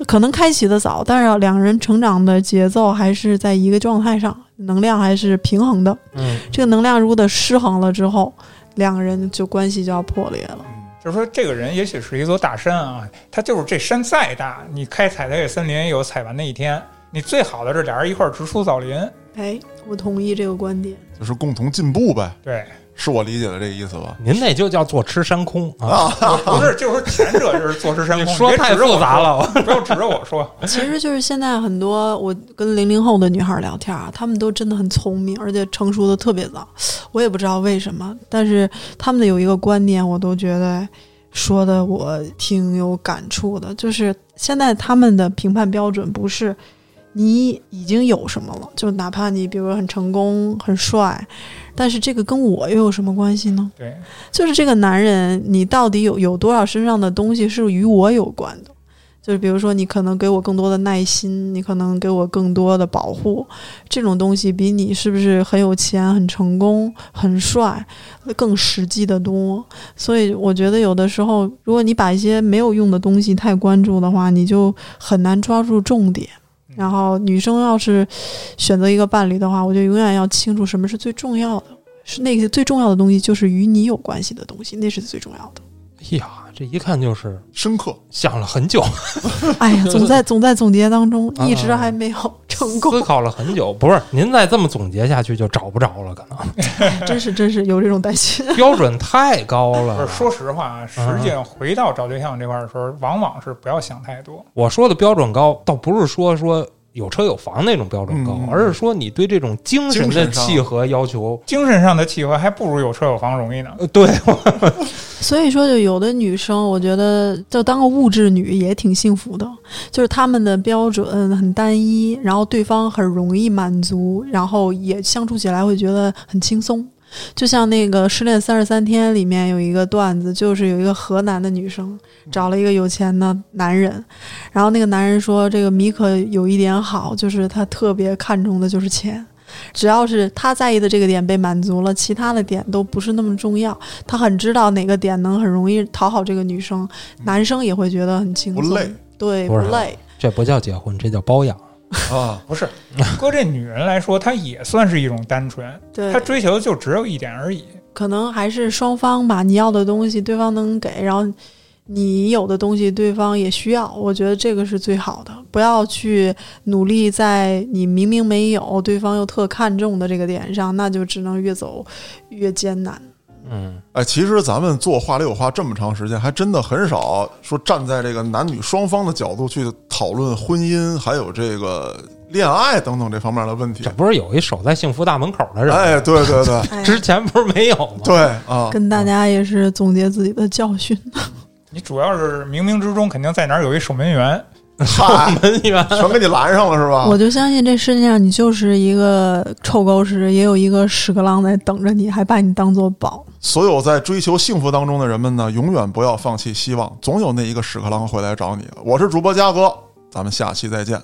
Speaker 1: 可能开启的早，但是两人成长的节奏还是在一个状态上，能量还是平衡的。
Speaker 2: 嗯，
Speaker 1: 这个能量如果失衡了之后，两个人就关系就要破裂了。
Speaker 3: 就是说，这个人也许是一座大山啊，他就是这山再大，你开采他这森林也有采完的一天。你最好的是俩人一块儿直出枣林，
Speaker 1: 哎，我同意这个观点。
Speaker 4: 就是共同进步呗，
Speaker 3: 对，
Speaker 4: 是我理解的这个意思吧？
Speaker 2: 您那就叫坐吃山空啊！
Speaker 4: 啊，
Speaker 3: 不是，就是前者就是 坐吃山
Speaker 2: 你
Speaker 3: 空，
Speaker 2: 说
Speaker 3: 别
Speaker 2: 太
Speaker 3: 指着我
Speaker 2: 复杂
Speaker 3: 说，
Speaker 2: 了，我
Speaker 3: 不要指着 我说。
Speaker 1: 其实就是现在很多我跟零零后的女孩聊天啊，她们都真的很聪明，而且成熟的特别早。我也不知道为什么，但是她们的有一个观念，我都觉得说的我挺有感触的，就是现在她们的评判标准不是你已经有什么了，就哪怕你比如说很成功、很帅，但是这个跟我又有什么关系呢？
Speaker 3: 对，
Speaker 2: 啊
Speaker 1: 就是这个男人，你到底有有多少身上的东西是与我有关的？就是比如说，你可能给我更多的耐心，你可能给我更多的保护，这种东西比你是不是很有钱、很成功、很帅更实际的多。所以我觉得有的时候，如果你把一些没有用的东西太关注的话，你就很难抓住重点。然后女生要是选择一个伴侣的话，我就永远要清楚什么是最重要的，是那个最重要的东西，就是与你有关系的东西，那是最重要的。
Speaker 2: 哎呀，这一看就是
Speaker 4: 深刻。
Speaker 2: 想了很久，
Speaker 1: 哎呀，总 在总在总结当中，
Speaker 2: 啊
Speaker 1: 一直还没有 成功
Speaker 2: 思，考了很久。不是，您再这么总结下去就找不着了，可 能
Speaker 1: 真是真是有这种担心。
Speaker 2: 标准太高
Speaker 3: 不
Speaker 2: 了。
Speaker 3: 是，说实话啊，实际上回到找对象这块儿的时候，往往是不要想太多。
Speaker 2: 我说的标准高，倒不是说说有车有房那种标准高，
Speaker 4: 嗯
Speaker 2: 而是说你对这种精神
Speaker 4: 精
Speaker 2: 的
Speaker 4: 神上
Speaker 2: 契合要求。
Speaker 3: 精神上的契合还不如有车有房容易呢。
Speaker 2: 呃，对，
Speaker 1: 所以说，就有的女生，我觉得就当个物质女也挺幸福的，就是她们的标准很单一，然后对方很容易满足，然后也相处起来会觉得很轻松。就像那个《失恋三十三天》里面有一个段子，就是有一个河南的女生找了一个有钱的男人，然后那个男人说：“这个米可有一点好，就是他特别看重的就是钱，只要是他在意的这个点被满足了，其他的点都不是那么重要。他很知道哪个点能很容易讨好这个女生，男生也会觉得很轻松，
Speaker 4: 不累
Speaker 1: 对，
Speaker 2: 不
Speaker 1: 不
Speaker 2: 是
Speaker 1: 累。
Speaker 2: 这不叫结婚，这叫包养。
Speaker 4: 啊，
Speaker 3: 不是，搁这女人来说，她也算是一种单纯，
Speaker 1: 对
Speaker 3: 她，追求的就只有一点而已。
Speaker 1: 可能还是双方吧，你要的东西对方能给，然后你有的东西对方也需要，我觉得这个是最好的。不要去努力在你明明没有，对方又特看重的这个点上，那就只能越走越艰难。
Speaker 2: 嗯，
Speaker 4: 哎，其实咱们做话里有话这么长时间，还真的很少说站在这个男女双方的角度去讨论婚姻，还有这个恋爱等等这方面的问题
Speaker 2: 这。不是有一守在幸福大门口的人吗？
Speaker 4: 哎，对对 对
Speaker 1: 哎呀
Speaker 2: 之前不是没有吗？
Speaker 4: 对啊，
Speaker 1: 哎跟大家也是总结自己的教训。
Speaker 3: 你主要是冥冥之中肯定在哪儿有一守门员，
Speaker 4: 嗨，
Speaker 2: 门员
Speaker 4: 全给你拦上了是吧？
Speaker 1: 我就相信这世界上你就是一个臭狗屎，也有一个屎壳郎在等着你，还把你当做宝。
Speaker 4: 所有在追求幸福当中的人们呢，永远不要放弃希望，总有那一个屎壳郎会来找你的。我是主播嘉哥，咱们下期再见。